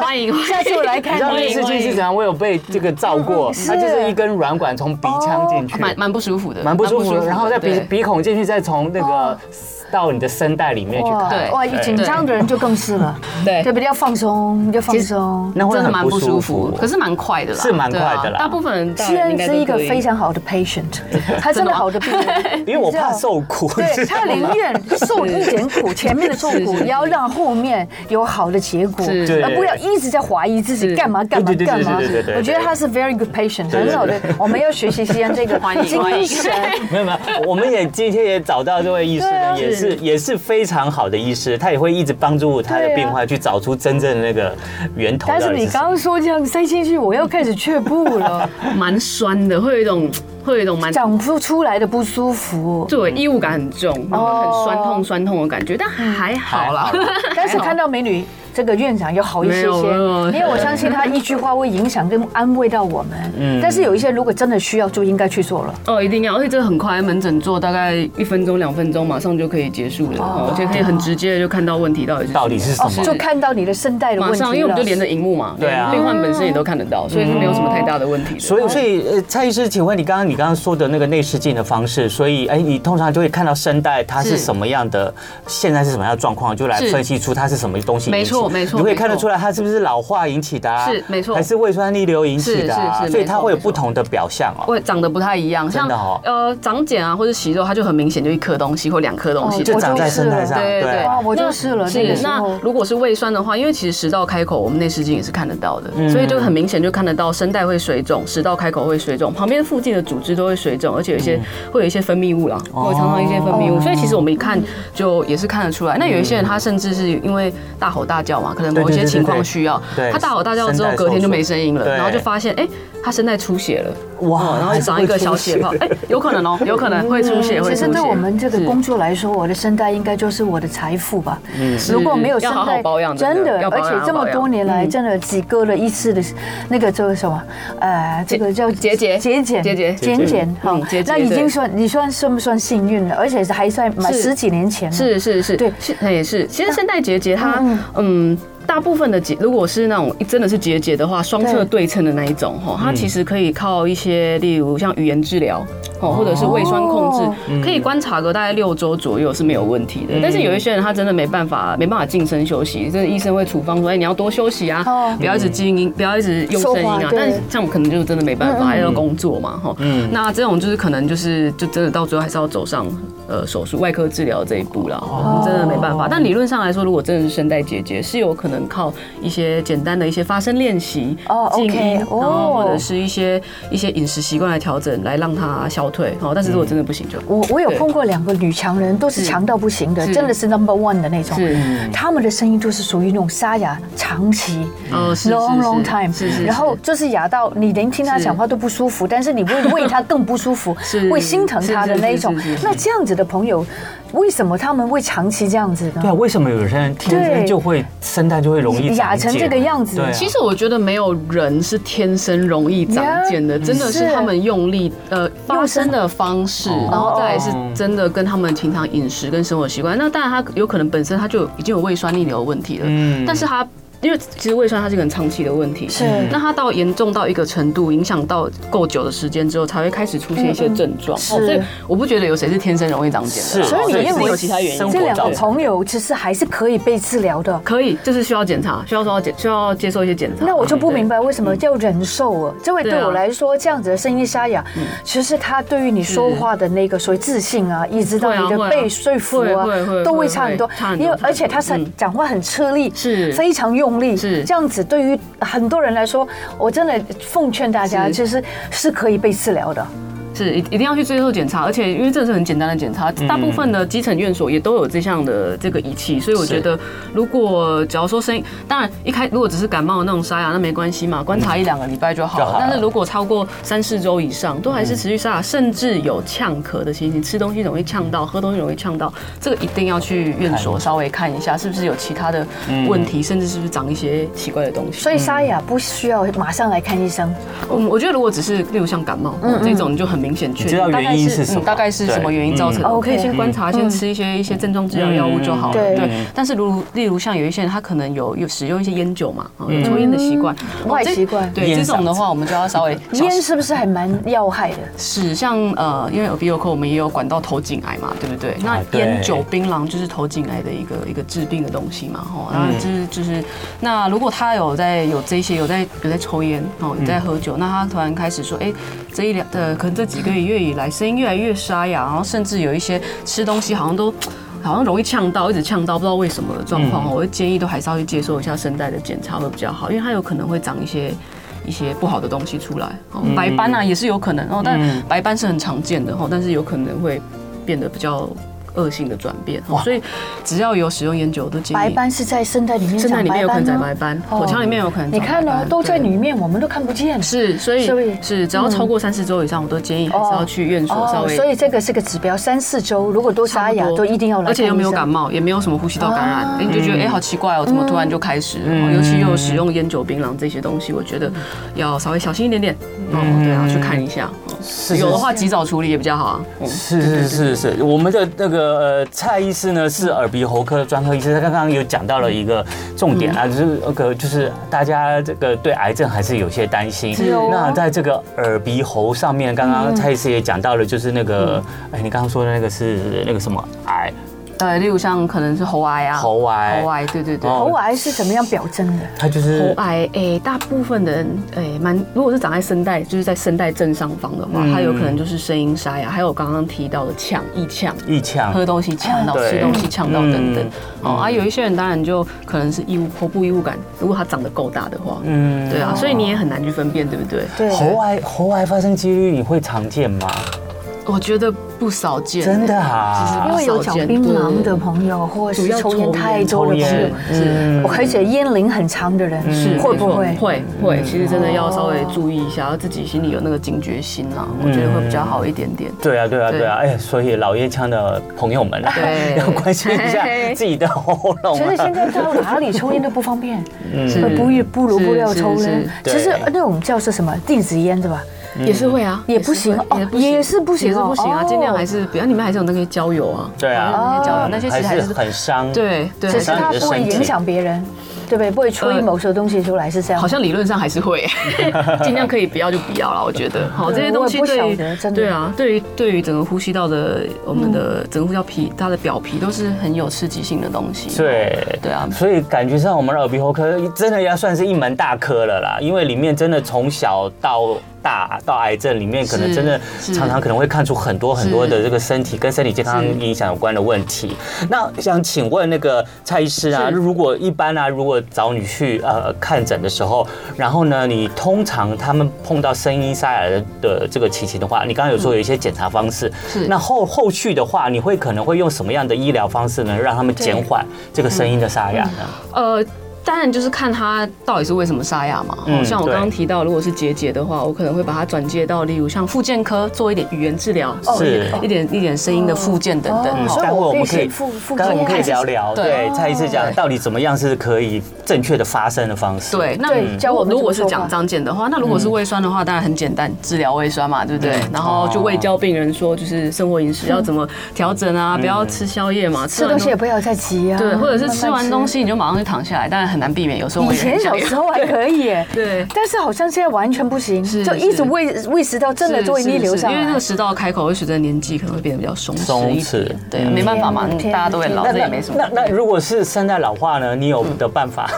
[SPEAKER 4] 欢迎，
[SPEAKER 1] 下次我来看
[SPEAKER 2] 你知道
[SPEAKER 1] 欢
[SPEAKER 2] 内
[SPEAKER 1] 迎
[SPEAKER 2] 视镜是怎样？我有被这个照过，
[SPEAKER 1] 嗯
[SPEAKER 2] 它就是是一根软管从鼻
[SPEAKER 1] 哦
[SPEAKER 2] 腔进去，
[SPEAKER 4] 蛮蛮不舒服的，
[SPEAKER 2] 蛮不舒服的，然后再鼻
[SPEAKER 4] 对
[SPEAKER 2] 鼻孔进去，再从那个到你的声带里面去
[SPEAKER 1] 哦哇
[SPEAKER 2] 看
[SPEAKER 4] 对，
[SPEAKER 1] 哇，紧张的人就更是了，
[SPEAKER 4] 对
[SPEAKER 1] 对不对？要放松，要放松。
[SPEAKER 2] 那会
[SPEAKER 4] 真的蛮
[SPEAKER 2] 很
[SPEAKER 4] 不
[SPEAKER 2] 不舒
[SPEAKER 4] 舒
[SPEAKER 2] 服哦
[SPEAKER 4] 服，。可是蛮快的啦，
[SPEAKER 2] 是蛮快的啦
[SPEAKER 4] 对啊大部分人大
[SPEAKER 1] 西
[SPEAKER 4] 人应
[SPEAKER 1] 恩
[SPEAKER 4] 该
[SPEAKER 1] 是
[SPEAKER 4] 都
[SPEAKER 1] 一个
[SPEAKER 4] 可以
[SPEAKER 1] 非常好的 patient，他真的好的病人，
[SPEAKER 2] 因为我怕受苦，
[SPEAKER 1] 对他宁愿受一点苦，前面的受苦，也要让后面有好的结果，
[SPEAKER 4] 是
[SPEAKER 2] 对
[SPEAKER 1] 而不要一直在怀疑自己
[SPEAKER 4] 是
[SPEAKER 1] 干嘛干嘛
[SPEAKER 2] 对对对
[SPEAKER 1] 干嘛
[SPEAKER 2] 对对对对对。
[SPEAKER 1] 我觉得他是 very good patient，
[SPEAKER 2] 对对对
[SPEAKER 1] 很好的。我们要学习西安这 个
[SPEAKER 4] 欢迎欢
[SPEAKER 1] 精
[SPEAKER 4] 迎
[SPEAKER 1] 神。
[SPEAKER 2] 没有没有，我们也今天也找到这位医师呢，
[SPEAKER 1] 对啊
[SPEAKER 2] 也是也是非常好的医师，他也会一直帮助他的病患去找出真正的那个源头。
[SPEAKER 1] 但是你刚刚说这样塞进去，我又开始却步 了，
[SPEAKER 4] 蛮酸的，会有一种会有一种蛮
[SPEAKER 1] 长不出来的不舒服。
[SPEAKER 4] 对异物感很重，然后很酸痛酸痛的感觉，但还好啦。
[SPEAKER 1] 但是看到美女这个院长有好一些些，
[SPEAKER 4] 没有没有
[SPEAKER 1] 因为我相信她一句话会影响跟安慰到我们。
[SPEAKER 4] 嗯
[SPEAKER 1] 但是有一些如果真的需要，就应该去做了。
[SPEAKER 4] 哦，一定要，而且这个很快，门诊做大概一分钟两分钟，马上就可以结束了，哦而且可以很直接的就看到问题哦到底是什
[SPEAKER 2] 到
[SPEAKER 4] 么
[SPEAKER 2] 底是什么？
[SPEAKER 1] 哦就看到你的声带的问
[SPEAKER 4] 马
[SPEAKER 1] 题了
[SPEAKER 4] 上，因为我们就连着荧幕嘛，
[SPEAKER 2] 对啊
[SPEAKER 4] 病患本身也都看得到，所以是没有什么太大的问题的。
[SPEAKER 2] 所以，所以，呃，蔡医师，请问你刚刚你刚刚说的那个内视镜的方式，所以，哎，你通常就会看到声带它是
[SPEAKER 4] 是
[SPEAKER 2] 什么样的，现在是什么样的状况，就来
[SPEAKER 4] 是
[SPEAKER 2] 分析出它是什么东西
[SPEAKER 4] 没
[SPEAKER 2] 引起
[SPEAKER 4] 错没错
[SPEAKER 6] 你会看得
[SPEAKER 4] 没错
[SPEAKER 6] 出来它是不是老化引起的、啊，
[SPEAKER 4] 是没错
[SPEAKER 6] 还是胃酸逆流引起的、啊，
[SPEAKER 4] 是是是
[SPEAKER 6] 所以
[SPEAKER 4] 没
[SPEAKER 6] 它
[SPEAKER 4] 错
[SPEAKER 6] 会有
[SPEAKER 4] 没
[SPEAKER 6] 不
[SPEAKER 4] 错
[SPEAKER 6] 同的表象哦。
[SPEAKER 4] 会长得不太一样，
[SPEAKER 6] 真的哦
[SPEAKER 4] 呃长茧啊或者息肉，它就很明显就一颗东西或两颗东西，
[SPEAKER 1] 哦
[SPEAKER 6] 就
[SPEAKER 1] 我
[SPEAKER 6] 长在
[SPEAKER 1] 就是
[SPEAKER 6] 生态
[SPEAKER 1] 了
[SPEAKER 6] 上，
[SPEAKER 4] 对对
[SPEAKER 1] 哇，哦我就是了，那个
[SPEAKER 4] 是，
[SPEAKER 1] 时
[SPEAKER 4] 那
[SPEAKER 1] 候。
[SPEAKER 4] 如果是胃酸的话，因为其实食道开口我们内视镜也是看得到的，
[SPEAKER 1] 嗯
[SPEAKER 4] 所以就很明显就看得到声带会水肿，食道开口会水肿，旁边附近的组织都会水肿，而且有一
[SPEAKER 1] 嗯
[SPEAKER 4] 些会有一些分泌物啦，
[SPEAKER 1] 哦
[SPEAKER 4] 会有常常一些分泌物，所以其实我们一看就也是看得出来。那有一些人他甚至是因为大吼大叫嘛，可能某一
[SPEAKER 6] 对对对
[SPEAKER 4] 些
[SPEAKER 6] 对
[SPEAKER 4] 情况
[SPEAKER 6] 对
[SPEAKER 4] 需要
[SPEAKER 6] 对，
[SPEAKER 4] 他大吼大叫之
[SPEAKER 6] 声
[SPEAKER 4] 后
[SPEAKER 6] 带
[SPEAKER 4] 隔天
[SPEAKER 6] 受
[SPEAKER 4] 就
[SPEAKER 6] 损
[SPEAKER 4] 没声音了，
[SPEAKER 6] 对
[SPEAKER 4] 然后就发现哎、他声带出血了。
[SPEAKER 6] 哇
[SPEAKER 4] 哇，然后长一个小血泡，哎、有可能哦、有可能会出血，会
[SPEAKER 1] 嗯其
[SPEAKER 4] 出血。
[SPEAKER 1] 实对我们这个
[SPEAKER 4] 是
[SPEAKER 1] 工作来说，我的声带应该就是我的财富吧。如果没有声带，
[SPEAKER 4] 嗯要好好保养真
[SPEAKER 1] 真
[SPEAKER 4] 的
[SPEAKER 1] 的，
[SPEAKER 4] 要保
[SPEAKER 1] 而
[SPEAKER 4] 养
[SPEAKER 1] 且这么多年来，真的几个了一次的，那个叫什么？呃，这个叫
[SPEAKER 4] 节节
[SPEAKER 1] 节俭，
[SPEAKER 4] 节节
[SPEAKER 1] 节俭哈
[SPEAKER 4] 嗯节。俭
[SPEAKER 1] 那已经
[SPEAKER 4] 对
[SPEAKER 1] 算你算算不算幸运了？而且还在买
[SPEAKER 4] 是
[SPEAKER 1] 十几年前了。
[SPEAKER 4] 是是是，
[SPEAKER 1] 嗯对
[SPEAKER 4] 是那也是。其实声带结节它
[SPEAKER 1] 嗯，
[SPEAKER 4] 嗯。大部分的结，如果是那种真的是结节的话，双侧对称的那一种哈，它其实可以靠一些，例如像语言治疗哦，或者是胃酸控
[SPEAKER 1] 哦
[SPEAKER 4] 制，可以观察个大概六周左右是没有问题的。但是有一些人他真的没办法，没办法晋升休息，真的医生会处方说，哎，你要多休息啊
[SPEAKER 1] 哦，
[SPEAKER 4] 不要一直静音，不要一直用声音
[SPEAKER 1] 说话
[SPEAKER 4] 啊。
[SPEAKER 1] 对嗯
[SPEAKER 4] 但是像我可能就真的没办法，还要工作嘛哈。那这种就是可能就是就真的到最后还是要走上呃手术外科治疗这一步啦，
[SPEAKER 1] 哦
[SPEAKER 4] 真的没办法。但理论上来说，如果真的是声带结节，是有可能靠一些简单的一些发声练习
[SPEAKER 1] 哦
[SPEAKER 4] 静
[SPEAKER 1] OK，
[SPEAKER 4] 音，然后
[SPEAKER 1] 哦
[SPEAKER 4] 或者是一些一些饮食习惯的调整来让它消退。哦，但是如果真的不行就
[SPEAKER 1] 我我有
[SPEAKER 4] 对
[SPEAKER 1] 碰过两个女强人，都是
[SPEAKER 4] 是
[SPEAKER 1] 强到不行的，
[SPEAKER 4] 是
[SPEAKER 1] 真的是 number one 的那种。
[SPEAKER 4] 是
[SPEAKER 1] 她们的声音都是属于那种沙哑、长期、
[SPEAKER 4] 哦是是
[SPEAKER 1] long
[SPEAKER 4] 是
[SPEAKER 1] long time，
[SPEAKER 4] 是是是
[SPEAKER 1] 然后就是哑到你连听她
[SPEAKER 4] 是
[SPEAKER 1] 讲话都不舒服，但是你会为她更不舒服
[SPEAKER 4] 是，
[SPEAKER 1] 会心疼她的那一种
[SPEAKER 4] 是是是是。是
[SPEAKER 1] 那这样子的朋友，为什么他们会长期这样子呢
[SPEAKER 6] 对啊，？为什么有些人天生
[SPEAKER 1] 对
[SPEAKER 6] 就会声带就会容易
[SPEAKER 1] 哑
[SPEAKER 6] 长
[SPEAKER 1] 成
[SPEAKER 6] 茧
[SPEAKER 1] 这个样子
[SPEAKER 6] 对啊
[SPEAKER 4] 其实我觉得没有人是天生容易长茧的，
[SPEAKER 1] Yeah，
[SPEAKER 4] 真的是
[SPEAKER 1] 是
[SPEAKER 4] 他们用力呃发
[SPEAKER 1] 用声
[SPEAKER 4] 声的方式，
[SPEAKER 6] 哦
[SPEAKER 4] 然后再来是真的跟他们平常饮食跟生活习惯。那当然他有可能本身他就已经有胃酸逆流的问题了，
[SPEAKER 6] 嗯
[SPEAKER 4] 但是他。因为其实胃酸它是一个很长期的问题，
[SPEAKER 1] 是
[SPEAKER 4] 那它到严重到一个程度，影响到够久的时间之后，才会开始出现一些症状。
[SPEAKER 1] 嗯是
[SPEAKER 4] 哦所以我不觉得有谁是天生容易长茧的
[SPEAKER 6] 是
[SPEAKER 4] 啦，
[SPEAKER 6] 所以你
[SPEAKER 4] 哦
[SPEAKER 6] 认
[SPEAKER 4] 一定
[SPEAKER 6] 为
[SPEAKER 4] 有其他原因啊
[SPEAKER 6] 生活
[SPEAKER 1] 这两个
[SPEAKER 6] 造成
[SPEAKER 1] 朋友其实还是可以被治疗的。
[SPEAKER 4] 可以，就是需要检查，需要说检需要接受一些检查。
[SPEAKER 1] 那我就不
[SPEAKER 4] 对嗯
[SPEAKER 1] 明白为什么要忍受啊？这位对
[SPEAKER 4] 对啊嗯
[SPEAKER 1] 我来说，这样子的声音沙哑，其实他对于你说话的那个所谓自信啊，一直到
[SPEAKER 4] 会啊
[SPEAKER 1] 你的
[SPEAKER 4] 会啊
[SPEAKER 1] 被说服啊
[SPEAKER 4] 会会会，
[SPEAKER 1] 都会差很多
[SPEAKER 4] 会会差。很多
[SPEAKER 1] 因为
[SPEAKER 4] 差很多
[SPEAKER 1] 而且他是
[SPEAKER 4] 嗯
[SPEAKER 1] 讲话很吃力，
[SPEAKER 4] 是
[SPEAKER 1] 非常用力，
[SPEAKER 4] 是
[SPEAKER 1] 这样子。对于很多人来说，我真的奉劝大家，
[SPEAKER 4] 是
[SPEAKER 1] 其实是可以被治疗的。
[SPEAKER 4] 是一一定要去接受检查，而且因为这是很简单的检查，大部分的基层院所也都有这项的这个仪器，所以我觉得如果只要说声音，当然一开如果只是感冒那种沙哑，那没关系嘛，观察一两个礼拜就好
[SPEAKER 6] 就
[SPEAKER 4] 了
[SPEAKER 6] 好。了
[SPEAKER 4] 但是如果超过三四周以上，都还是持续沙哑，甚至有呛咳的情形，吃东西容易呛到，喝东西容易呛到，这个一定要去院所稍微看一下，是不是有其他的问题，甚至是不是长一些奇怪的东西。
[SPEAKER 1] 所以沙哑不需要马上来看医生，
[SPEAKER 4] 嗯，我觉得如果只是例如像感冒
[SPEAKER 1] 嗯
[SPEAKER 4] 哦这种，你就很明显确
[SPEAKER 6] 知
[SPEAKER 4] 定
[SPEAKER 6] 道
[SPEAKER 4] 大概
[SPEAKER 6] 原因是什么
[SPEAKER 4] 嗯大概是什么原因造成
[SPEAKER 1] 对
[SPEAKER 4] 的。哦
[SPEAKER 1] 嗯
[SPEAKER 4] 我可以
[SPEAKER 1] OK
[SPEAKER 4] 先观察，先吃一些一些症状治疗药物
[SPEAKER 6] 嗯
[SPEAKER 4] 就好了。
[SPEAKER 1] 对
[SPEAKER 4] 对，但是如例如像有一些人，他可能有有使用一些烟酒嘛，哦有抽烟的习惯，哦
[SPEAKER 1] 坏
[SPEAKER 4] 这
[SPEAKER 1] 嗯习惯
[SPEAKER 4] 对
[SPEAKER 6] 烟
[SPEAKER 4] 这
[SPEAKER 6] 嗓
[SPEAKER 4] 种的话，我们就要稍微小
[SPEAKER 1] 烟
[SPEAKER 4] 心。
[SPEAKER 1] 是不是还蛮要害的？
[SPEAKER 4] 是像呃，因为耳鼻喉科我们也有管到头颈癌嘛，对不对？那
[SPEAKER 6] 对
[SPEAKER 4] 烟酒槟榔就是头颈癌的一个一个致病的东西嘛，吼，然后就是就是，那如果他有在有这些有在有在抽烟哦，有在喝酒，那他突然开始说，哎，这一两呃，可能这几个月以来声音越来越沙哑，然后甚至有一些吃东西好像都。好像容易呛到，一直呛到，不知道为什么的状况哦，我会建议都还是要去接受一下声带的检查会比较好，因为它有可能会长一些一些不好的东西出来，哦白斑啊也是有可能哦，但白斑是很常见的哦，但是有可能会变得比较恶性的转变，哦所以只要有使用烟酒，我都建议
[SPEAKER 1] 白斑是在声带里面
[SPEAKER 4] 声带
[SPEAKER 1] 长
[SPEAKER 4] 里面
[SPEAKER 1] 白
[SPEAKER 4] 有可
[SPEAKER 1] 斑
[SPEAKER 4] 能长
[SPEAKER 1] 吗
[SPEAKER 4] 白斑，
[SPEAKER 1] 哦
[SPEAKER 4] 口腔里面有可能
[SPEAKER 1] 你
[SPEAKER 4] 长白斑。
[SPEAKER 1] 看哦，都在
[SPEAKER 4] 对
[SPEAKER 1] 里面，我们都看不见。
[SPEAKER 4] 是，所以
[SPEAKER 1] 所以嗯哦
[SPEAKER 4] 是只要超过三四周以上，我都建议还是要去院所稍微。
[SPEAKER 1] 所以这个是个指标，三四周如果都沙哑，都一定要来。
[SPEAKER 4] 而且又没有感，冒，也没有什么呼吸道感染，
[SPEAKER 1] 啊
[SPEAKER 4] 哎你就觉得哎、好奇
[SPEAKER 1] 嗯
[SPEAKER 4] 怪哦，怎么突然就开始了？哦
[SPEAKER 2] 嗯
[SPEAKER 4] 尤其又有使用烟酒、槟榔这些东西，我觉得要稍微小心一点点。哦，
[SPEAKER 2] 嗯
[SPEAKER 4] 对啊，去看一下。哦
[SPEAKER 6] 是
[SPEAKER 4] 有的话及早处理也比较好啊。嗯
[SPEAKER 6] 是是是是，我们的那个呃蔡医师呢是耳鼻喉科的专科医师，他刚刚有讲到了一个重点啊，就是那个就是大家这个对癌症还是有些担心
[SPEAKER 1] 是哦。
[SPEAKER 6] 那在这个耳鼻喉上面，刚刚蔡医师也讲到了，就是那个哎，你刚刚说的那个是那个什么癌。
[SPEAKER 4] 呃，例如像可能是喉癌啊，
[SPEAKER 2] 喉癌
[SPEAKER 4] 喉癌，对对对。
[SPEAKER 2] 哦
[SPEAKER 1] 喉癌是怎么样表征的？
[SPEAKER 2] 它就
[SPEAKER 4] 喉
[SPEAKER 2] 是
[SPEAKER 4] 癌，诶、大部分的人，诶、蛮，如果是长在声带，就是在声带正上方的话，
[SPEAKER 2] 嗯
[SPEAKER 4] 它有可能就是声音沙哑，还有刚刚提到的呛、易呛。
[SPEAKER 2] 易呛，
[SPEAKER 4] 喝东西呛到，
[SPEAKER 2] 啊对
[SPEAKER 4] 吃东西呛到等等
[SPEAKER 2] 嗯。
[SPEAKER 4] 哦啊，有一些人当然就可能是异物头部异物感，如果它长得够大的话，
[SPEAKER 2] 嗯
[SPEAKER 4] 对啊，所以你也很难去分辨，对不对？
[SPEAKER 1] 对
[SPEAKER 2] 喉癌喉癌发生几率你会常见吗？
[SPEAKER 4] 我觉得不少见，
[SPEAKER 2] 真的啊
[SPEAKER 4] 其实不
[SPEAKER 1] 因为有
[SPEAKER 4] 少
[SPEAKER 1] 找
[SPEAKER 4] 见
[SPEAKER 1] 槟榔
[SPEAKER 4] 对
[SPEAKER 1] 的朋友，或者
[SPEAKER 4] 主
[SPEAKER 1] 是
[SPEAKER 4] 要
[SPEAKER 1] 抽烟
[SPEAKER 4] 抽
[SPEAKER 1] 太
[SPEAKER 4] 烟
[SPEAKER 1] 多的朋友，
[SPEAKER 2] 嗯
[SPEAKER 1] 而且烟龄很长的人
[SPEAKER 4] 是
[SPEAKER 1] 会不
[SPEAKER 4] 没
[SPEAKER 1] 会
[SPEAKER 4] 错？会会，
[SPEAKER 2] 嗯
[SPEAKER 4] 其实真的要稍微注意一下，要自己心里有那个警觉心啦，
[SPEAKER 2] 嗯
[SPEAKER 4] 我觉得会比较好一点点。
[SPEAKER 2] 对啊，对啊，
[SPEAKER 4] 对
[SPEAKER 2] 对啊，哎，所以老烟枪的朋友们啊，
[SPEAKER 4] 对
[SPEAKER 2] 要关心一 下
[SPEAKER 4] 嘿嘿
[SPEAKER 2] 自己的喉咙
[SPEAKER 1] 其实现
[SPEAKER 2] 啊。嗯
[SPEAKER 1] 在到哪里抽烟都不方便，
[SPEAKER 4] 是
[SPEAKER 1] 会不如不如不要抽
[SPEAKER 4] 嗯是
[SPEAKER 1] 烟
[SPEAKER 4] 是。
[SPEAKER 2] 是
[SPEAKER 1] 其实呃
[SPEAKER 2] 对
[SPEAKER 1] 那种叫做什么电子烟对吧？
[SPEAKER 2] 嗯
[SPEAKER 4] 也是会啊，
[SPEAKER 1] 也不行哦
[SPEAKER 4] 也不
[SPEAKER 1] 也是不行哦
[SPEAKER 4] 也是不行啊，
[SPEAKER 1] 哦
[SPEAKER 4] 尽量还是不要，你们还是有那个交友啊，
[SPEAKER 2] 对啊
[SPEAKER 4] 还是有那些交友，那些其
[SPEAKER 2] 还
[SPEAKER 4] 实还
[SPEAKER 2] 是
[SPEAKER 4] 是
[SPEAKER 2] 很伤，，
[SPEAKER 4] 对对，
[SPEAKER 1] 只是
[SPEAKER 2] 伤
[SPEAKER 1] 它
[SPEAKER 2] 你的
[SPEAKER 1] 不会
[SPEAKER 2] 身体
[SPEAKER 1] 影响别人，对不对？不会吹
[SPEAKER 4] 呃
[SPEAKER 1] 某些东西出来是这样
[SPEAKER 4] 好
[SPEAKER 1] 吗。
[SPEAKER 4] 像理论上还是 会， 尽量可以不要就不要了。我觉得，好
[SPEAKER 1] 对
[SPEAKER 4] 这些东西
[SPEAKER 1] 我也不
[SPEAKER 4] 对于
[SPEAKER 1] 晓得真的嗯
[SPEAKER 4] 对啊，对于对于整个呼吸道的我们的整个呼吸道皮，它的表皮都是很有刺激性的东西。
[SPEAKER 2] 对
[SPEAKER 4] 对啊
[SPEAKER 2] 所以感觉上我们耳鼻喉科真的要算是一门大科了啦，因为里面真的从小到大到癌症里面，可能
[SPEAKER 4] 是
[SPEAKER 2] 真的
[SPEAKER 4] 是
[SPEAKER 2] 常常可能会看出很多很多的
[SPEAKER 4] 是
[SPEAKER 2] 这个身体跟身体健康
[SPEAKER 4] 是
[SPEAKER 2] 影响有关的问题。那想请问那个蔡医师啊，
[SPEAKER 4] 是
[SPEAKER 2] 如果一般啊，如果找你去呃看诊的时候，然后呢，你通常他们碰到声音沙哑的的这个情形的话，你刚刚有说有一些检查方式，
[SPEAKER 4] 是
[SPEAKER 2] 那后后续的话，你会可能会用什么样的医疗方式呢，让他们减缓这个声音的沙哑呢？
[SPEAKER 4] 呃，当然就是看它到底是为什么沙哑嘛。
[SPEAKER 2] 嗯
[SPEAKER 4] 哦，像我
[SPEAKER 2] 对
[SPEAKER 4] 刚刚提到，如果是结节的话，我可能会把它转介到，例如像复健科做一点语言治疗，
[SPEAKER 1] 哦
[SPEAKER 4] 一点
[SPEAKER 2] 是
[SPEAKER 4] 一点一点声音的复健等等。
[SPEAKER 1] 哦
[SPEAKER 2] 嗯
[SPEAKER 4] 哦
[SPEAKER 1] 所以
[SPEAKER 2] 待会
[SPEAKER 1] 我
[SPEAKER 2] 我
[SPEAKER 1] 可以
[SPEAKER 2] 们可以
[SPEAKER 1] 选附附，
[SPEAKER 2] 待会我们可以
[SPEAKER 1] 近
[SPEAKER 2] 聊聊，
[SPEAKER 4] 对
[SPEAKER 2] 对，蔡医师讲到底怎么样是可以正确的发声的方式。
[SPEAKER 4] 对，那
[SPEAKER 1] 对教我们
[SPEAKER 4] 如果
[SPEAKER 1] 怎
[SPEAKER 4] 是
[SPEAKER 1] 么说话
[SPEAKER 4] 讲张健的话，那如果是胃酸的话，当然很简单，治疗胃酸嘛，对不对？然后就会教病人说，就是生活饮食要怎么调整啊，不要吃宵夜嘛，
[SPEAKER 1] 吃
[SPEAKER 4] 完
[SPEAKER 1] 东西也不要再急啊。
[SPEAKER 4] 对，或者是吃完东
[SPEAKER 1] 西。
[SPEAKER 4] 西你就马上就躺下来，当然很难避免，有时候我
[SPEAKER 1] 以
[SPEAKER 4] 也
[SPEAKER 1] 前
[SPEAKER 4] 很
[SPEAKER 1] 小
[SPEAKER 4] 想
[SPEAKER 1] 时候还可以耶，
[SPEAKER 4] 对
[SPEAKER 1] 但是好像现在完全不行，
[SPEAKER 4] 是
[SPEAKER 1] 就一直
[SPEAKER 4] 是
[SPEAKER 1] 喂喂食道，真的
[SPEAKER 4] 是
[SPEAKER 1] 就会逆
[SPEAKER 4] 是
[SPEAKER 1] 流
[SPEAKER 4] 是
[SPEAKER 1] 上来。
[SPEAKER 4] 因为那个食道开口会随着年纪可能会变得比较松
[SPEAKER 2] 松
[SPEAKER 4] 弛一
[SPEAKER 2] 弛
[SPEAKER 4] 点，对，
[SPEAKER 2] 嗯
[SPEAKER 4] 没办法嘛，
[SPEAKER 1] 天哪
[SPEAKER 4] 大家都会老，
[SPEAKER 2] 那
[SPEAKER 4] 这也
[SPEAKER 2] 那
[SPEAKER 4] 没什么
[SPEAKER 2] 那。那如果是声带老化呢？你有的办法？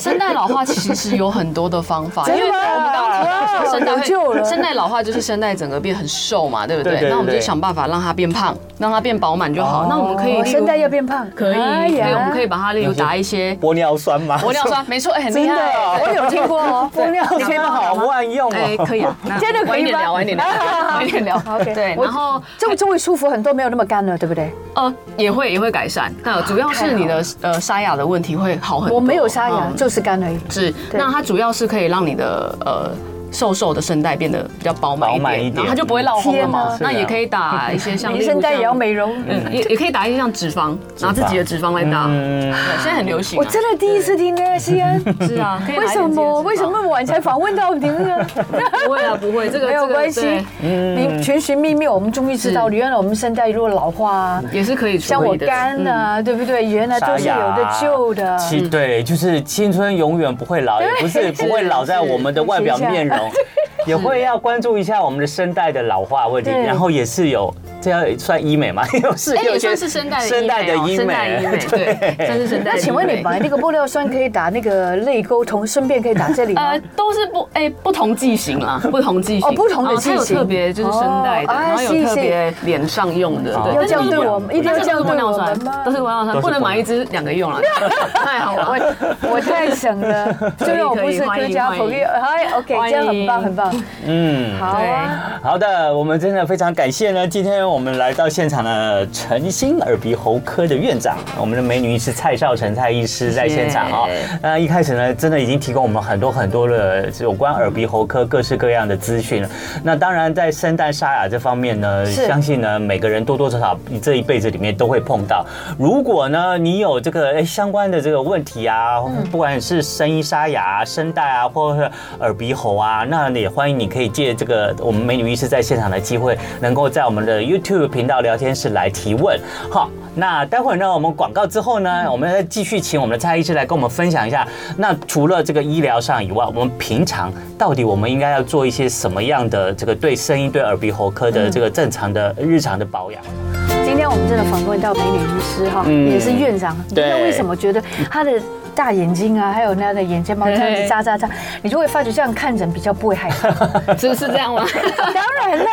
[SPEAKER 4] 声带老化其实有很多的方法，因
[SPEAKER 1] 真的
[SPEAKER 4] 为我
[SPEAKER 1] 吗
[SPEAKER 4] 们刚刚提到
[SPEAKER 1] 哇
[SPEAKER 4] 说声带
[SPEAKER 1] 有
[SPEAKER 4] 会
[SPEAKER 1] 救了
[SPEAKER 4] 声带老化就是声带整个变很瘦嘛，对不
[SPEAKER 2] 对
[SPEAKER 4] 对
[SPEAKER 2] 对？
[SPEAKER 4] 那我们
[SPEAKER 2] 对
[SPEAKER 4] 就想办法让它变胖，让它变饱满就好。那我们可以
[SPEAKER 1] 哦
[SPEAKER 4] 例如
[SPEAKER 1] 声带要变胖，
[SPEAKER 4] 可以，
[SPEAKER 1] 哎
[SPEAKER 4] 对，
[SPEAKER 1] 呀
[SPEAKER 4] 我们可以把它例如打 一些
[SPEAKER 2] 玻尿酸吗？
[SPEAKER 4] 玻尿酸，没错，哎，很厉
[SPEAKER 2] 真的哦
[SPEAKER 4] 害，
[SPEAKER 1] 我有听过 哦，
[SPEAKER 2] 玻尿
[SPEAKER 4] 你可以
[SPEAKER 2] 酸
[SPEAKER 4] 帮我
[SPEAKER 2] 好
[SPEAKER 4] 打吗
[SPEAKER 2] 万用
[SPEAKER 4] 哎，
[SPEAKER 2] 哦。
[SPEAKER 4] 可以啊，那
[SPEAKER 1] 真的可以吗
[SPEAKER 4] 晚一点聊，晚一点聊， 晚一点聊
[SPEAKER 1] OK，
[SPEAKER 4] 对，
[SPEAKER 1] 我
[SPEAKER 4] 然后
[SPEAKER 1] 就就会舒服很多，没有那么干了，对不对？
[SPEAKER 4] 呃，也会也会改善。那主要是你的呃沙哑的问题会好很
[SPEAKER 1] 哦
[SPEAKER 4] 多。
[SPEAKER 1] 我没有沙哑，
[SPEAKER 4] 嗯
[SPEAKER 1] 就是干而已。
[SPEAKER 4] 是，
[SPEAKER 1] 对
[SPEAKER 4] 那它主要是可以让你的呃。瘦瘦的声带变得比较饱满一
[SPEAKER 2] 饱满一
[SPEAKER 4] 点，
[SPEAKER 2] 点
[SPEAKER 4] 然后它就不会落空了嘛
[SPEAKER 2] 天。哪
[SPEAKER 4] 那也可以打一些像，
[SPEAKER 1] 你声带也要美容，
[SPEAKER 4] 例如像，嗯也也可以打一些像脂肪，拿自己的脂肪来打。
[SPEAKER 2] 嗯
[SPEAKER 4] 对，现在很流行啊。
[SPEAKER 1] 我真的第一次听呢，西安。
[SPEAKER 4] 是啊，可以打
[SPEAKER 1] 为
[SPEAKER 4] 一点
[SPEAKER 1] 什
[SPEAKER 4] 这些脂
[SPEAKER 1] 么？
[SPEAKER 4] 肪
[SPEAKER 1] 为什么？我晚才访问到你们呢？
[SPEAKER 4] 不会啊，不会，这个
[SPEAKER 1] 没有
[SPEAKER 4] 这个
[SPEAKER 1] 关系
[SPEAKER 4] 对，
[SPEAKER 1] 你寻寻觅觅，我们终于知道，
[SPEAKER 4] 是
[SPEAKER 1] 原来我们声带如果老化啊，
[SPEAKER 4] 也是可以
[SPEAKER 1] 像
[SPEAKER 4] 处
[SPEAKER 1] 我
[SPEAKER 4] 理的。嗯
[SPEAKER 1] 肝啊，对不对？
[SPEAKER 4] 呃
[SPEAKER 1] 原来都是有的救的。
[SPEAKER 2] 其对，就是青春永远不会老，也不是不会老在我们的外表面容，也会要关注一下我们的声带的老化问题，
[SPEAKER 1] 对
[SPEAKER 2] 然后也是有这样算医美吗？ 有是
[SPEAKER 4] 哎，
[SPEAKER 2] 有
[SPEAKER 4] 也
[SPEAKER 2] 一些
[SPEAKER 4] 算是声带的
[SPEAKER 2] 声带的
[SPEAKER 4] 哦
[SPEAKER 2] 医
[SPEAKER 4] 声带医美，
[SPEAKER 2] 美，
[SPEAKER 4] 对，算是声带的
[SPEAKER 1] 那
[SPEAKER 4] 医美。
[SPEAKER 1] 请问你买那个玻尿酸可以打那个泪沟，同顺便可以打这里吗
[SPEAKER 4] 呃？，都是不哎、不同剂型啦，不同剂型
[SPEAKER 1] 哦不同的
[SPEAKER 4] 然后它
[SPEAKER 1] 剂型
[SPEAKER 4] 有特别就是声带的，
[SPEAKER 1] 哦啊哦
[SPEAKER 4] 然后有
[SPEAKER 1] 是
[SPEAKER 4] 特别脸上用的，
[SPEAKER 2] 是
[SPEAKER 4] 对，
[SPEAKER 1] 要
[SPEAKER 2] 要
[SPEAKER 1] 这
[SPEAKER 4] 但是
[SPEAKER 1] 样对我们，一定要
[SPEAKER 4] 但是
[SPEAKER 1] 这样
[SPEAKER 4] 都是玻
[SPEAKER 1] 对
[SPEAKER 4] 尿
[SPEAKER 1] 我
[SPEAKER 4] 酸
[SPEAKER 1] 们吗？
[SPEAKER 4] 都是玻尿
[SPEAKER 2] 都
[SPEAKER 4] 酸，
[SPEAKER 2] 是
[SPEAKER 4] 不能买
[SPEAKER 2] 玻
[SPEAKER 4] 一支两个用 了，太好玩。
[SPEAKER 1] 我我太省了，虽然我不是客家朋友，哎，OK，这样很棒很棒，
[SPEAKER 2] 嗯。
[SPEAKER 1] 好啊。
[SPEAKER 2] 好的，我们真的非常感谢呢。今天我们来到现场的陈星耳鼻喉科的院长，我们的美女医师蔡少成蔡医师在现场哦
[SPEAKER 4] 谢谢。
[SPEAKER 2] 那一开始呢，真的已经提供我们很多很多的有关耳鼻喉科各式各样的资讯了。那当然，在声带沙哑这方面呢，
[SPEAKER 1] 是
[SPEAKER 2] 相信呢每个人多多少少这一辈子里面都会碰到。如果呢你有这个哎相关的这个问题啊，不管是声音沙哑、啊、声带啊，或者是耳鼻喉啊，那也欢迎你可以借这个我们美女医师在现场的机会，能够在我们的 You YouTube 频道聊天室来提问。好，那待会儿呢，我们广告之后呢，
[SPEAKER 4] 嗯
[SPEAKER 2] 我们再继续请我们的蔡医师来跟我们分享一下。那除了这个医疗上以外，我们平常到底我们应该要做一些什么样的这个对声音、对耳鼻喉科
[SPEAKER 4] 嗯
[SPEAKER 2] 的这个正常的日常的保养？
[SPEAKER 1] 今天我们真的访问到美女医师哈，
[SPEAKER 2] 嗯
[SPEAKER 1] 也是院长。你知道
[SPEAKER 2] 对
[SPEAKER 1] 为什么觉得她的大眼睛 啊，还有那样的眼睫毛这样子
[SPEAKER 4] 对
[SPEAKER 1] 眨眨眨，你就会发觉这样看诊比较不会害 怕。
[SPEAKER 4] 是不是这 样吗？
[SPEAKER 1] 当然啦，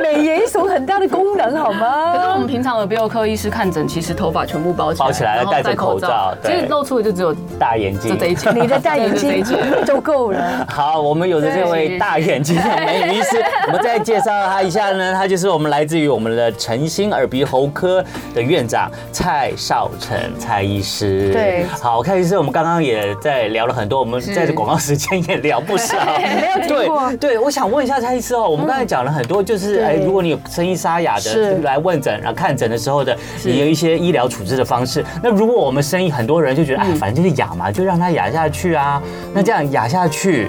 [SPEAKER 1] 美颜有很大的功能，好
[SPEAKER 4] 可是 我
[SPEAKER 1] 吗
[SPEAKER 4] 们？平常耳鼻喉科医师看诊，其实头发全部包起来，
[SPEAKER 2] 包起来
[SPEAKER 4] 然后
[SPEAKER 2] 戴着口罩
[SPEAKER 4] 其
[SPEAKER 2] 对
[SPEAKER 4] 实露出的就只有
[SPEAKER 2] 大眼睛
[SPEAKER 4] 就这一节，
[SPEAKER 1] 你的大眼
[SPEAKER 4] 对
[SPEAKER 1] 睛
[SPEAKER 4] 就这一节
[SPEAKER 1] 就够了。
[SPEAKER 2] 好，我们有着这位大眼 睛的美女医师，我们再介绍她一下呢，她就是我们来自于我们的诚心耳鼻喉科的院长蔡少成蔡医师。
[SPEAKER 1] 对
[SPEAKER 2] 好，蔡医师，我们刚刚也在聊了很多，我们在这广告时间也聊不少。
[SPEAKER 1] 没有听过
[SPEAKER 2] 对对，我想问一下蔡医师哦，我们刚才讲了很多，就是
[SPEAKER 1] 对
[SPEAKER 2] 哎，如果你有声音沙哑
[SPEAKER 1] 是
[SPEAKER 2] 的来问诊，然后看诊的时候的，你有一些医疗处置的方式。那如果我们声音很多人就觉
[SPEAKER 1] 嗯
[SPEAKER 2] 得，哎，反正就是哑嘛，就让它哑下去啊。那这样哑下去。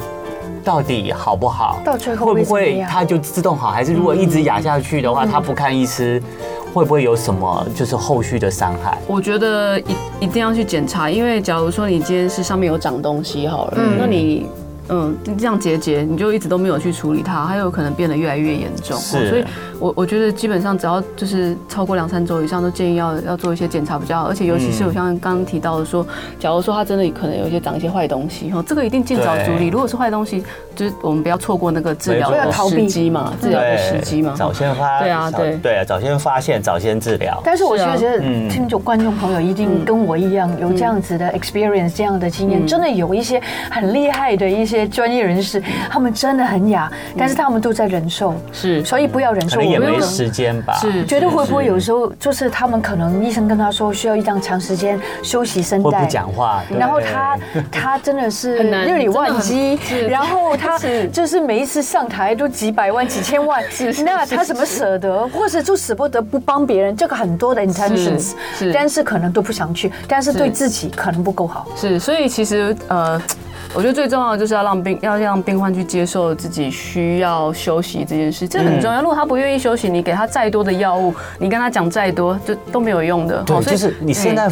[SPEAKER 2] 到底好不好？
[SPEAKER 1] 到最后
[SPEAKER 2] 会不
[SPEAKER 1] 会怎么
[SPEAKER 2] 会
[SPEAKER 1] 样
[SPEAKER 2] 它就自动好？还是如果一直哑下去的话，
[SPEAKER 4] 嗯
[SPEAKER 2] 它不看医师，会不会有什么就是后续的伤害？
[SPEAKER 4] 我觉得一一定要去检查，因为假如说你今天是上面有长东西好了，那你。嗯，这样结节你就一直都没有去处理它，它有可能变得越来越严重。哦
[SPEAKER 2] 是
[SPEAKER 4] 所以我我觉得基本上只要就是超过两三周以上，都建议要要做一些检查比较好。而且尤其是我像刚刚提到的说，假如说它真的可能有一些长一些坏东西，哈，这个一定尽早处
[SPEAKER 2] 对
[SPEAKER 4] 理。如果是坏东西，就是我们不要错过那个治疗
[SPEAKER 2] 没错
[SPEAKER 4] 的时机嘛，治疗的时机嘛。
[SPEAKER 2] 早先发，
[SPEAKER 4] 对啊
[SPEAKER 2] 早
[SPEAKER 4] 对
[SPEAKER 2] 对啊，早先发现，早先治疗。
[SPEAKER 1] 但是我
[SPEAKER 4] 是啊嗯
[SPEAKER 1] 觉得
[SPEAKER 2] 嗯
[SPEAKER 1] 听众观众朋友一定跟我一样有这样子的 experience，这样的经验，真的有一些很厉害的一些专业人士，他们真的很哑，但是他们都在忍受，
[SPEAKER 4] 嗯是
[SPEAKER 1] 所以不要忍
[SPEAKER 2] 可
[SPEAKER 1] 受。
[SPEAKER 2] 能也
[SPEAKER 1] 我
[SPEAKER 2] 没
[SPEAKER 1] 们
[SPEAKER 2] 时间吧，
[SPEAKER 4] 是
[SPEAKER 1] 觉得会不会有时候就是他们可能医生跟他说需要一段长时间休息声
[SPEAKER 2] 会
[SPEAKER 1] 带
[SPEAKER 2] 不，讲话，对
[SPEAKER 1] 然后他他真的是
[SPEAKER 4] 很难
[SPEAKER 1] 日理万机
[SPEAKER 4] 真的很，是
[SPEAKER 1] 然后他
[SPEAKER 4] 是
[SPEAKER 1] 就是每一次上台都几百万、几千万，那他怎么舍得？或者就舍不得不帮别人，这个很多的 intentions，
[SPEAKER 4] 是
[SPEAKER 1] 但是可能都不想去，但是
[SPEAKER 4] 是
[SPEAKER 1] 对自己可能不够好。
[SPEAKER 4] 是，所以其实呃，我觉得最重要的就是要让病要让病患去接受自己需要休息这件事，这
[SPEAKER 2] 嗯
[SPEAKER 4] 很重要。如果他不愿意休息，你给他再多的药物，你跟他讲再多，就都没有用的。
[SPEAKER 2] 对，
[SPEAKER 4] 哦所
[SPEAKER 2] 就
[SPEAKER 4] 以
[SPEAKER 2] 是你现在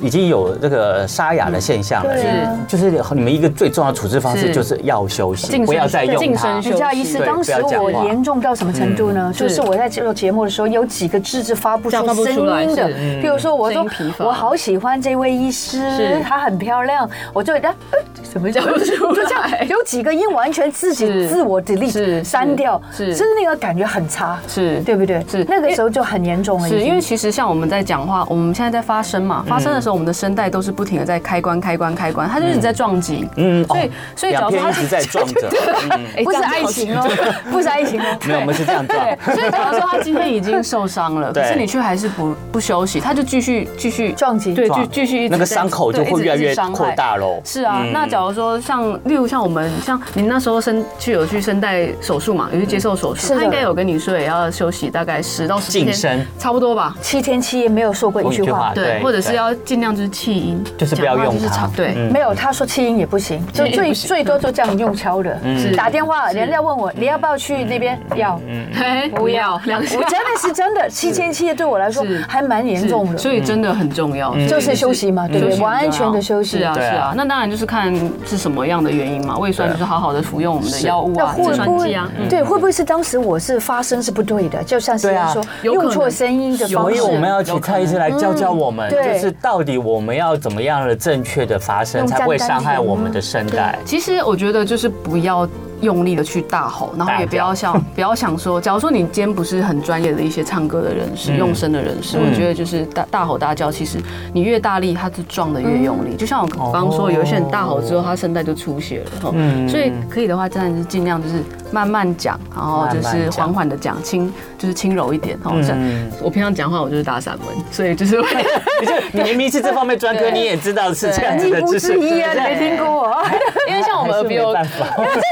[SPEAKER 2] 已经有这个沙哑的现象了，
[SPEAKER 1] 对
[SPEAKER 4] 啊
[SPEAKER 2] 就是就是你们一个最重要的处置方式
[SPEAKER 4] 是
[SPEAKER 2] 就是要休息，
[SPEAKER 4] 晋升
[SPEAKER 2] 不要再用
[SPEAKER 4] 晋
[SPEAKER 2] 它
[SPEAKER 4] 升。
[SPEAKER 1] 你
[SPEAKER 4] 休息嗯
[SPEAKER 1] 知道，医师
[SPEAKER 2] 对
[SPEAKER 1] 当时
[SPEAKER 2] 不要讲
[SPEAKER 1] 我
[SPEAKER 2] 话
[SPEAKER 1] 严重到什么程度呢？就是
[SPEAKER 4] 是
[SPEAKER 1] 我在做节目的时候，有几个字是发不
[SPEAKER 4] 这
[SPEAKER 1] 出
[SPEAKER 4] 样发不出
[SPEAKER 1] 声
[SPEAKER 4] 来
[SPEAKER 1] 音的
[SPEAKER 4] 是。嗯
[SPEAKER 1] 比如说，我说
[SPEAKER 4] 声音疲乏
[SPEAKER 1] 我好喜欢这位医师
[SPEAKER 4] 是，
[SPEAKER 1] 她很漂亮，我就啊呃什么叫
[SPEAKER 4] 讲不出
[SPEAKER 1] 就这样
[SPEAKER 4] 来
[SPEAKER 1] 有几个音完全自己
[SPEAKER 4] 是
[SPEAKER 1] 自我 delete
[SPEAKER 4] 是
[SPEAKER 1] 删掉，
[SPEAKER 4] 是
[SPEAKER 1] 是那个感觉很差，
[SPEAKER 4] 是
[SPEAKER 1] 对不对？
[SPEAKER 4] 是
[SPEAKER 1] 那个时候就很严重了，已
[SPEAKER 4] 是
[SPEAKER 1] 经
[SPEAKER 4] 因为其实像我们在讲话，我们现在在发声嘛，发
[SPEAKER 2] 嗯
[SPEAKER 4] 声的时候我们的声带都是不停的在开关、开关、开关，它就一直在撞击。
[SPEAKER 2] 嗯，
[SPEAKER 4] 所以
[SPEAKER 2] 哦
[SPEAKER 4] 所以假
[SPEAKER 2] 两
[SPEAKER 4] 如说
[SPEAKER 2] 边
[SPEAKER 4] 他
[SPEAKER 2] 一直在撞 着，嗯
[SPEAKER 4] 哎
[SPEAKER 1] 不是
[SPEAKER 4] 这样子
[SPEAKER 1] 爱
[SPEAKER 4] 好
[SPEAKER 1] 情哦，不是爱情哦，
[SPEAKER 2] 没有，我们是这样撞。
[SPEAKER 4] 对， 所以假如说他今天已经受伤了，
[SPEAKER 2] 对
[SPEAKER 4] 可是你却还是不不休息，他就继续继续
[SPEAKER 1] 撞击
[SPEAKER 4] 对，
[SPEAKER 2] 撞
[SPEAKER 4] 继继续一直
[SPEAKER 2] 那个
[SPEAKER 4] 在
[SPEAKER 2] 伤口就
[SPEAKER 4] 对一
[SPEAKER 2] 会
[SPEAKER 4] 直
[SPEAKER 2] 越来
[SPEAKER 4] 一
[SPEAKER 2] 越
[SPEAKER 4] 直伤害
[SPEAKER 2] 扩大喽。
[SPEAKER 4] 是啊，
[SPEAKER 2] 嗯
[SPEAKER 4] 那假如说像，例如像我们像你那时候声去有去声带手术嘛，有去接受手
[SPEAKER 1] 是
[SPEAKER 4] 术，
[SPEAKER 1] 的
[SPEAKER 4] 他应该有跟你说也要休息大概十到十
[SPEAKER 2] 晋
[SPEAKER 4] 天，
[SPEAKER 2] 升
[SPEAKER 4] 差不多吧。
[SPEAKER 1] 七天七夜没有说过一
[SPEAKER 2] 一
[SPEAKER 1] 句
[SPEAKER 2] 句
[SPEAKER 1] 话
[SPEAKER 2] 话。对
[SPEAKER 4] 对，或者是
[SPEAKER 2] 对
[SPEAKER 4] 要尽量就是气音，
[SPEAKER 2] 就是不要
[SPEAKER 4] 讲话就
[SPEAKER 2] 用
[SPEAKER 4] 是
[SPEAKER 2] 它
[SPEAKER 4] 吵对，
[SPEAKER 2] 嗯
[SPEAKER 1] 没有，他说弃婴也不行，就
[SPEAKER 4] 嗯弃婴也
[SPEAKER 1] 最
[SPEAKER 4] 不行嗯
[SPEAKER 1] 最多就这样用敲的。
[SPEAKER 4] 是嗯
[SPEAKER 1] 打电话，人家问我你要不要去那边，要。
[SPEAKER 2] 嗯
[SPEAKER 4] 嘿不要两下
[SPEAKER 1] 我真的是真 的，七千七夜对我来说
[SPEAKER 4] 是
[SPEAKER 1] 还蛮严
[SPEAKER 4] 是
[SPEAKER 1] 重的。
[SPEAKER 4] 所以真的很重要，
[SPEAKER 1] 就
[SPEAKER 4] 所以
[SPEAKER 1] 是休息嘛对不对
[SPEAKER 4] 休息很重要
[SPEAKER 1] 完全的休息
[SPEAKER 4] 是啊，是
[SPEAKER 2] 对啊
[SPEAKER 4] 啊。那当然就是看是什么样的原因嘛，胃酸就是好好的服用我们的药物
[SPEAKER 1] 那
[SPEAKER 4] 啊，
[SPEAKER 1] 会
[SPEAKER 4] 制
[SPEAKER 1] 不
[SPEAKER 4] 酸
[SPEAKER 1] 会
[SPEAKER 4] 剂啊，嗯
[SPEAKER 1] 对会不会是当时我是发声是不对的？就像是
[SPEAKER 2] 对啊
[SPEAKER 1] 说
[SPEAKER 4] 有可能
[SPEAKER 1] 用错声音的
[SPEAKER 4] 有
[SPEAKER 1] 方
[SPEAKER 2] 所以
[SPEAKER 1] 式。
[SPEAKER 2] 我们要请蔡医师来教教我们，
[SPEAKER 1] 嗯对
[SPEAKER 2] 就是到底我们要怎么样的正确的发声，
[SPEAKER 1] 用
[SPEAKER 2] 才不会伤害
[SPEAKER 1] 单单
[SPEAKER 2] 我们的声带。
[SPEAKER 4] 其实我觉得就是不要用力的去大吼，然后也不 要想不要想说，假如说你今天不是很专业的一些唱歌的人士、
[SPEAKER 2] 嗯
[SPEAKER 4] 用声的人士，我觉得就是大大吼大叫，其实你越大力，它就撞的越用力。就像我刚刚
[SPEAKER 2] 哦
[SPEAKER 4] 说，有一些人大吼之后，他声带就出血了哈。
[SPEAKER 2] 嗯
[SPEAKER 4] 所以可以的话，真的是尽量就是慢慢讲，然后就
[SPEAKER 2] 慢慢
[SPEAKER 4] 是
[SPEAKER 2] 讲
[SPEAKER 4] 缓缓的讲，轻就是轻柔一点哈。像
[SPEAKER 2] 嗯
[SPEAKER 4] 我平常讲话，我就是打散文，所以就 是会
[SPEAKER 2] 你明明是这方面专科，
[SPEAKER 4] 对
[SPEAKER 2] 你也知道是这样子
[SPEAKER 1] 一
[SPEAKER 2] 的
[SPEAKER 1] 不
[SPEAKER 2] 知识
[SPEAKER 1] 之，一啊，你
[SPEAKER 2] 对
[SPEAKER 1] 没听过
[SPEAKER 4] 哦
[SPEAKER 1] 啊？
[SPEAKER 4] 因为像我们
[SPEAKER 2] 还是
[SPEAKER 4] 耳鼻
[SPEAKER 2] 没
[SPEAKER 4] 喉
[SPEAKER 2] 办法。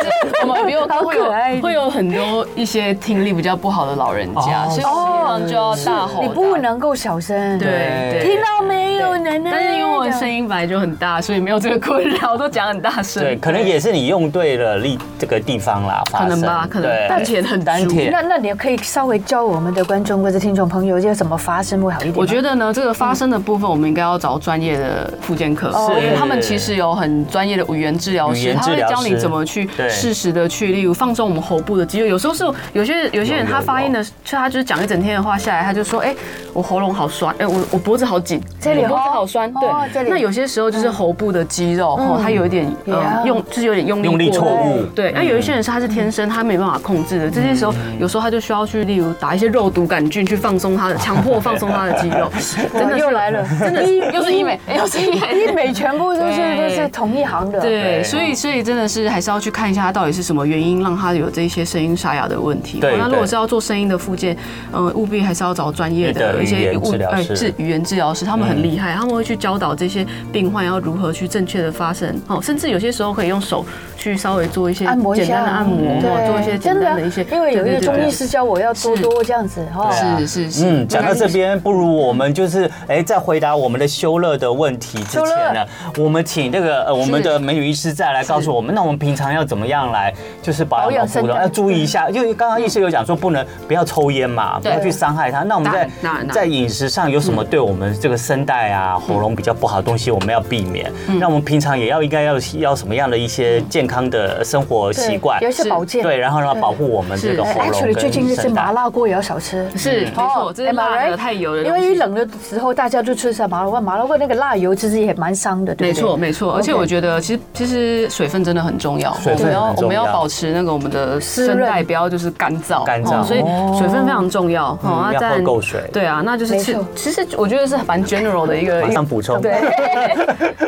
[SPEAKER 4] 我们比我高会
[SPEAKER 1] 好可爱
[SPEAKER 4] 有会有很多一些听力比较不好的老人家，
[SPEAKER 2] 哦
[SPEAKER 4] 所以平常就要大吼大
[SPEAKER 1] 你
[SPEAKER 4] 叫。
[SPEAKER 1] 不能够小声。
[SPEAKER 4] 对
[SPEAKER 2] 对
[SPEAKER 1] 听到没有，奶奶？
[SPEAKER 4] 但是因为我的声音本来就很大，所以没有这个困扰，都讲很大声。
[SPEAKER 2] 对，可能也是你用对了力这个地方啦，发
[SPEAKER 4] 可能吧
[SPEAKER 2] 声，
[SPEAKER 4] 可能
[SPEAKER 2] 对
[SPEAKER 4] 丹田很
[SPEAKER 2] 丹
[SPEAKER 4] 足
[SPEAKER 2] 田
[SPEAKER 1] 那那你可以稍微教我们的观众或者听众朋友要怎么发声会好一点吗。
[SPEAKER 4] 我觉得呢，这个发声的部分，我们应该要找专业的复健科，
[SPEAKER 2] 是
[SPEAKER 4] 因为他们其实有很专业的语言治疗
[SPEAKER 2] 语
[SPEAKER 4] 师，
[SPEAKER 2] 言
[SPEAKER 4] 他
[SPEAKER 2] 治
[SPEAKER 4] 会
[SPEAKER 2] 疗
[SPEAKER 4] 教你
[SPEAKER 2] 师
[SPEAKER 4] 怎么去
[SPEAKER 2] 对
[SPEAKER 4] 适时的去，例如放松我们喉部的肌肉。有时候是有些有些人
[SPEAKER 2] 有
[SPEAKER 4] 他发音
[SPEAKER 2] 有
[SPEAKER 4] 的，就他就是讲一整天的话下来，他就说，哎，我喉咙好酸，哎，我我脖子好紧，
[SPEAKER 1] 这里
[SPEAKER 4] 我脖
[SPEAKER 1] 哦
[SPEAKER 4] 子好酸，对
[SPEAKER 1] 哦这里。嗯
[SPEAKER 4] 那有些时候就是喉部的肌肉，哦，它有一点呃
[SPEAKER 1] Yeah
[SPEAKER 4] 用，就是有点用力
[SPEAKER 2] 用力
[SPEAKER 4] 过
[SPEAKER 2] 错
[SPEAKER 4] 度
[SPEAKER 2] 误，
[SPEAKER 4] 对，那有一些
[SPEAKER 1] 嗯
[SPEAKER 4] 人是他是天生他没办法控制的，这些时候有时候他就需要去，例如打一些肉毒杆菌去放松他的，强迫放松他的肌 肉，真的
[SPEAKER 1] 又来 了，
[SPEAKER 4] 真的是又是医美，哎又是医美。
[SPEAKER 1] 医美全部都是
[SPEAKER 4] 对
[SPEAKER 1] 都是同一行的。
[SPEAKER 4] 对，所以所以真的是还是要去看一下他到底是什么原因让他有这些声音沙哑的问题。哦
[SPEAKER 2] 对
[SPEAKER 4] 那如
[SPEAKER 2] 对
[SPEAKER 4] 果是要做声音的复健，嗯，务必还是要找专业
[SPEAKER 2] 对
[SPEAKER 4] 的一
[SPEAKER 2] 语
[SPEAKER 4] 些
[SPEAKER 2] 言
[SPEAKER 4] 物呃
[SPEAKER 2] 治疗师嗯
[SPEAKER 4] 治语言治疗师，他们很厉害，他们会去教导这些病患要如何去正确的发声，哦，甚至有些时候可以用手去稍微做一些
[SPEAKER 1] 按摩一
[SPEAKER 4] 简
[SPEAKER 1] 下嗯
[SPEAKER 4] 单的按摩，哦
[SPEAKER 1] 对，
[SPEAKER 4] 做一些简单的一些，
[SPEAKER 1] 真啊因为有一
[SPEAKER 4] 对
[SPEAKER 1] 个
[SPEAKER 4] 对对
[SPEAKER 1] 中医
[SPEAKER 4] 对
[SPEAKER 1] 师教我要多
[SPEAKER 4] 是
[SPEAKER 1] 多这样子哦哈。
[SPEAKER 2] 对啊
[SPEAKER 4] 是是是，
[SPEAKER 7] 嗯，讲到这边，不如我们就是哎，在回答我们的修乐的问题之前呢，我们请这个呃我们的美女医师再来告诉我们，那我们平常要怎么样来就是保
[SPEAKER 1] 保
[SPEAKER 2] 养
[SPEAKER 1] 养
[SPEAKER 2] 毛肤
[SPEAKER 1] 身
[SPEAKER 2] 的，
[SPEAKER 1] 体
[SPEAKER 2] 要注意一下。因为刚刚医师有讲说不能不要抽烟嘛，不
[SPEAKER 4] 对
[SPEAKER 2] 要去伤害它。那我们
[SPEAKER 4] 当
[SPEAKER 2] 在
[SPEAKER 4] 然当然当然
[SPEAKER 2] 在饮食上有什么对我们这个声带啊、喉咙比较不好的东西，我们要避免。那我们平常也要应该要要什么样的一些健康的生活
[SPEAKER 1] 对
[SPEAKER 2] 习惯
[SPEAKER 1] 有一？些保健。
[SPEAKER 2] 对，然后呢，保护我们这个
[SPEAKER 4] 是
[SPEAKER 2] 喉
[SPEAKER 1] 哎
[SPEAKER 2] 咙
[SPEAKER 1] ，actually 最近
[SPEAKER 2] 跟
[SPEAKER 1] 就是
[SPEAKER 2] 声
[SPEAKER 1] 麻
[SPEAKER 2] 带。
[SPEAKER 1] 辣锅也要少吃。嗯哦
[SPEAKER 4] 是没错，这是
[SPEAKER 1] am I
[SPEAKER 4] 辣
[SPEAKER 1] right？
[SPEAKER 4] 的太油了，
[SPEAKER 1] 因为一冷的时候，大家就吃上麻辣锅，麻辣锅那个辣油其实也蛮伤的，对
[SPEAKER 4] 没
[SPEAKER 1] 不对？
[SPEAKER 4] 错，没错，而且
[SPEAKER 1] OK
[SPEAKER 4] 我觉得，其实其实水分真的很重要，
[SPEAKER 2] 水分
[SPEAKER 4] 我们要
[SPEAKER 2] 很重要
[SPEAKER 4] 哦我们要保持那个我们的声带不要就是干燥，
[SPEAKER 2] 干燥
[SPEAKER 4] 哦所以水分非常重要。哦
[SPEAKER 2] 嗯要
[SPEAKER 4] 当
[SPEAKER 2] 喝
[SPEAKER 4] 然
[SPEAKER 2] 够水
[SPEAKER 4] 对啊，那就是
[SPEAKER 1] 没
[SPEAKER 4] 吃
[SPEAKER 1] 错。
[SPEAKER 4] 其实我觉得是蛮 general 的一个
[SPEAKER 2] 马上 补充。
[SPEAKER 1] 对，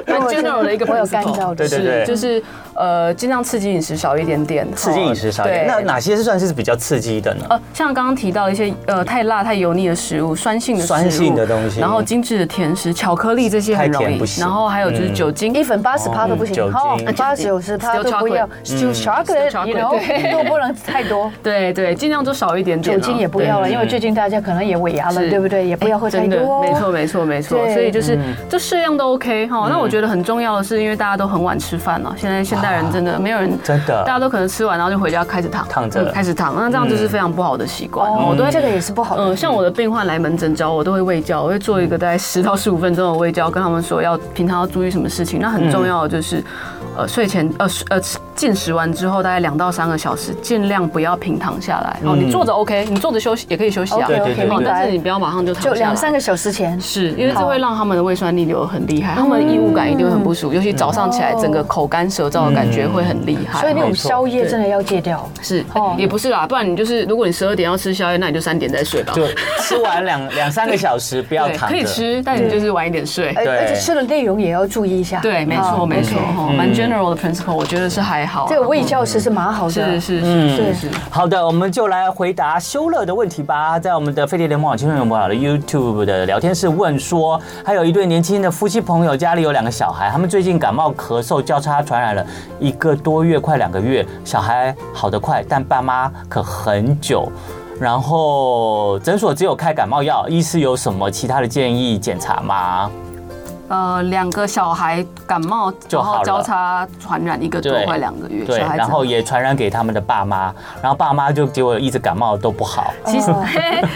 [SPEAKER 4] 蛮 general 的一个
[SPEAKER 1] 我有
[SPEAKER 4] principle
[SPEAKER 1] 干燥的
[SPEAKER 2] 对对对
[SPEAKER 4] 是就是呃，尽量刺激饮食少一点点，
[SPEAKER 2] 刺激饮食少一点。
[SPEAKER 4] 对
[SPEAKER 2] 那哪些是算是比较刺激的呢？
[SPEAKER 4] 呃，像刚刚提到的一些呃太辣、太油腻的食物，酸性的食物
[SPEAKER 2] 酸性的东西
[SPEAKER 4] 然后精致的甜食、巧克力这些很
[SPEAKER 2] 太
[SPEAKER 4] 容
[SPEAKER 2] 甜
[SPEAKER 4] 易
[SPEAKER 2] 不，行
[SPEAKER 4] 然后还有就是酒精，
[SPEAKER 1] 一粉八十趴都不
[SPEAKER 2] 哦酒
[SPEAKER 1] 行，哦
[SPEAKER 2] 精嗯
[SPEAKER 1] 八九十趴
[SPEAKER 4] Still
[SPEAKER 1] 都不要，就 chocolate，
[SPEAKER 4] Still
[SPEAKER 1] 然后
[SPEAKER 4] chocolate，对
[SPEAKER 1] 都不能太多，
[SPEAKER 4] 对对，尽量就少一点点
[SPEAKER 1] 酒
[SPEAKER 4] 啊，
[SPEAKER 1] 精也不要了，
[SPEAKER 2] 对
[SPEAKER 1] 因为最近大家可能也尾牙了，
[SPEAKER 4] 是
[SPEAKER 1] 对不对？也不要喝太
[SPEAKER 4] 哎真的
[SPEAKER 1] 多，
[SPEAKER 4] 没错，没错，没错。
[SPEAKER 1] 对
[SPEAKER 4] 所以
[SPEAKER 2] 嗯
[SPEAKER 4] 就是就适量都 OK 哈。那我觉得很重要的是，因为大家都很晚吃饭了，现在现代人真的没有人
[SPEAKER 2] 啊真的
[SPEAKER 4] 大家都可能吃完然后就回家开始躺
[SPEAKER 2] 躺着
[SPEAKER 4] 嗯开始躺，那这样就是非常不好的习惯。
[SPEAKER 1] 哦
[SPEAKER 4] 我都会
[SPEAKER 1] 这个也是不好的
[SPEAKER 4] 嗯，像我的病患来门诊找我，我都会喂教，我会做一个
[SPEAKER 2] 嗯
[SPEAKER 4] 大概十到十五分钟的喂教，跟他们说要平常要注意什么事情。那很重要的
[SPEAKER 2] 嗯
[SPEAKER 4] 就是，呃，睡前呃睡呃吃进食完之后大概两到三个小时，尽量不要平躺下来。哦，你坐着 OK，你坐着休息也可以休息啊。
[SPEAKER 1] OK，
[SPEAKER 2] 对对对嗯
[SPEAKER 4] 哦
[SPEAKER 2] 明
[SPEAKER 1] 白
[SPEAKER 4] 但是你不要马上就躺下
[SPEAKER 1] 就
[SPEAKER 4] 来。
[SPEAKER 1] 两三个小时前。
[SPEAKER 4] 是因为这会让他们的胃酸逆流很厉害，他们的异物感一定会很不舒服，尤其早上起来
[SPEAKER 2] 嗯
[SPEAKER 4] 整个口干舌燥的感觉会很厉害。
[SPEAKER 1] 所以那种
[SPEAKER 2] 没错
[SPEAKER 1] 宵夜真的要戒掉，
[SPEAKER 4] 是
[SPEAKER 1] 哦
[SPEAKER 4] 也不是啦，不然你就是如果你十二点要吃宵夜，那你就三点再睡吧。
[SPEAKER 2] 就吃完两两三个小时，不要
[SPEAKER 4] 对，
[SPEAKER 2] 躺着。嗯
[SPEAKER 4] 可以吃，但你就是晚一点睡。
[SPEAKER 1] 而
[SPEAKER 2] 对
[SPEAKER 1] 哎而且吃的内容也要注意一下。
[SPEAKER 4] 对，没
[SPEAKER 1] 啊
[SPEAKER 4] 错，没错，
[SPEAKER 1] OK
[SPEAKER 4] 哦
[SPEAKER 2] 嗯
[SPEAKER 4] 蛮 general 的 principle，我觉得是还好啊。
[SPEAKER 1] 这个胃教其实蛮好的。
[SPEAKER 4] 是
[SPEAKER 2] 嗯
[SPEAKER 4] 是是是是。
[SPEAKER 2] 好的，我们就来回答修乐的问题吧。在我们的飞碟联盟网青春永不老的 YouTube 的聊天室问说，还有一对年轻的夫妻朋友，家里有两个小孩，他们最近感冒、咳嗽交叉传染了一个多月，快两个月。小孩好得快，但爸妈可很久。然后诊所只有开感冒药，医师有什么其他的建议检查吗？
[SPEAKER 4] 呃，两个小孩感冒，
[SPEAKER 2] 就
[SPEAKER 4] 然
[SPEAKER 2] 好了
[SPEAKER 4] 后交叉传染一个多
[SPEAKER 2] 对
[SPEAKER 4] 快两个月，
[SPEAKER 2] 对，
[SPEAKER 4] 小孩子
[SPEAKER 2] 然后也传染给他们的爸妈，然后爸妈就结果一直感冒都不好。
[SPEAKER 4] 其实
[SPEAKER 1] 哦，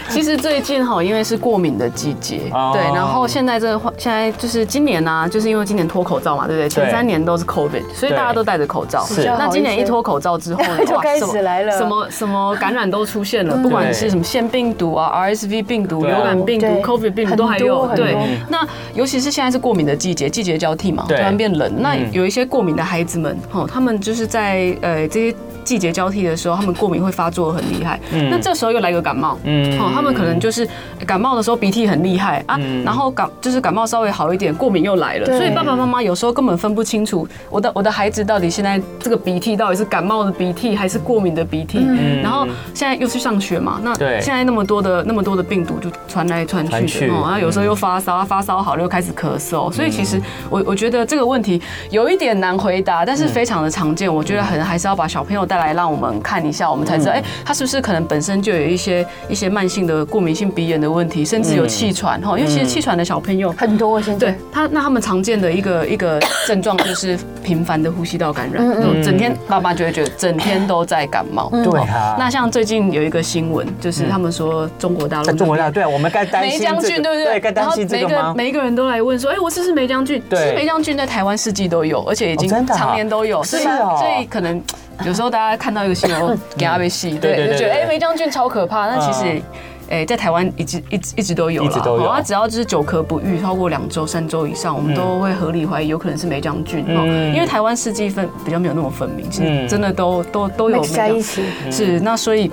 [SPEAKER 4] 其实最近哈，因为是过敏的季节，
[SPEAKER 2] 哦
[SPEAKER 4] 对，然后现在这个话现在就是今年呢、啊就是因为今年脱口罩嘛，对不对？前三年都是 COVID，所以大家都戴着口罩。
[SPEAKER 2] 是
[SPEAKER 4] 那今年一脱口罩之后 呢，
[SPEAKER 1] 就
[SPEAKER 4] 哇
[SPEAKER 1] 开始
[SPEAKER 4] 什么
[SPEAKER 1] 来了
[SPEAKER 4] 什么什么感染都出现了，不管是什么腺病毒啊、RSV 病毒、
[SPEAKER 2] 对
[SPEAKER 4] 流
[SPEAKER 2] 啊
[SPEAKER 4] 感病毒、
[SPEAKER 1] 对
[SPEAKER 4] COVID 病毒
[SPEAKER 1] 很
[SPEAKER 4] 都还有
[SPEAKER 1] 多。很
[SPEAKER 4] 对
[SPEAKER 1] 多，
[SPEAKER 4] 那尤其是现在是过敏的季节，季节交替嘛，突
[SPEAKER 2] 对
[SPEAKER 4] 然变冷，那
[SPEAKER 2] 嗯
[SPEAKER 4] 有一些过敏的孩子们，哈，他们就是在呃这些。季节交替的时候，他们过敏会发作得很厉害。那这时候又来个感冒，
[SPEAKER 2] 嗯
[SPEAKER 4] 哦，他们可能就是哎感冒的时候鼻涕很厉害啊，
[SPEAKER 2] 嗯
[SPEAKER 4] 然后感就是感冒稍微好一点，过敏又来了，
[SPEAKER 1] 对
[SPEAKER 4] 所以爸爸妈妈有时候根本分不清楚我的我的孩子到底现在这个鼻涕到底是感冒的鼻涕还是过敏的鼻涕，然后现在又去上学嘛，那
[SPEAKER 2] 嗯对
[SPEAKER 4] 现在那么多的那么多的病毒就传来传
[SPEAKER 2] 传
[SPEAKER 4] 去
[SPEAKER 2] 去
[SPEAKER 4] 的，哦，然后有时候又发烧，发烧好了又开始咳嗽，所以
[SPEAKER 2] 嗯
[SPEAKER 4] 其实
[SPEAKER 2] 嗯
[SPEAKER 4] 我我觉得这个问题有一点难回答，但是非常的常见，我觉得很还是要把小朋友带。再来让我们看一下，我们才知道，
[SPEAKER 2] 嗯
[SPEAKER 4] 哎、他是不是可能本身就有一些一些慢性的过敏性鼻炎的问题，甚至
[SPEAKER 2] 嗯
[SPEAKER 4] 有气喘哈，因为其实气喘的小朋友
[SPEAKER 1] 很多现在
[SPEAKER 4] 对他，那他们常见的一个 一个症状就是频繁的呼吸道感染，嗯整天爸妈就会觉得整天都在感冒。
[SPEAKER 2] 对啊，
[SPEAKER 4] 那像最近有一个新闻，就是他们说中国大陆
[SPEAKER 2] 嗯在中国大
[SPEAKER 4] 那
[SPEAKER 2] 陆，
[SPEAKER 4] 边
[SPEAKER 2] 对啊，我们该担
[SPEAKER 4] 梅
[SPEAKER 2] 心
[SPEAKER 4] 将
[SPEAKER 2] 这
[SPEAKER 4] 军
[SPEAKER 2] 个
[SPEAKER 4] 对不对？
[SPEAKER 2] 对，该担心这个
[SPEAKER 4] 然后
[SPEAKER 2] 吗？
[SPEAKER 4] 每一个每一个人都来问说，哎，我是不是梅将军？
[SPEAKER 2] 对
[SPEAKER 4] 其实梅将军在台湾四季都有，而且已经
[SPEAKER 2] 哦真的啊
[SPEAKER 4] 常年都有，
[SPEAKER 2] 是
[SPEAKER 4] 所以
[SPEAKER 2] 哦
[SPEAKER 4] 所以可能有时候大家看到一个新闻，哦给他被 戏，
[SPEAKER 2] 对对
[SPEAKER 4] 对，
[SPEAKER 2] 对
[SPEAKER 4] 就觉得
[SPEAKER 2] 对嗯
[SPEAKER 4] 哎，梅将军超可怕。那其实。哎，在台湾一直一直一直都有啦，
[SPEAKER 2] 一直都有
[SPEAKER 4] 哦那只要就是久咳不愈，超过两周、三周以上，我们都会合理怀疑有可能是梅将军哦。
[SPEAKER 2] 嗯
[SPEAKER 4] 因为台湾四季分比较没有那么分明，其
[SPEAKER 2] 嗯
[SPEAKER 4] 实真的都都都有
[SPEAKER 1] mix 在
[SPEAKER 4] 梅
[SPEAKER 1] 一
[SPEAKER 4] 将
[SPEAKER 1] 起，
[SPEAKER 4] 是那所以，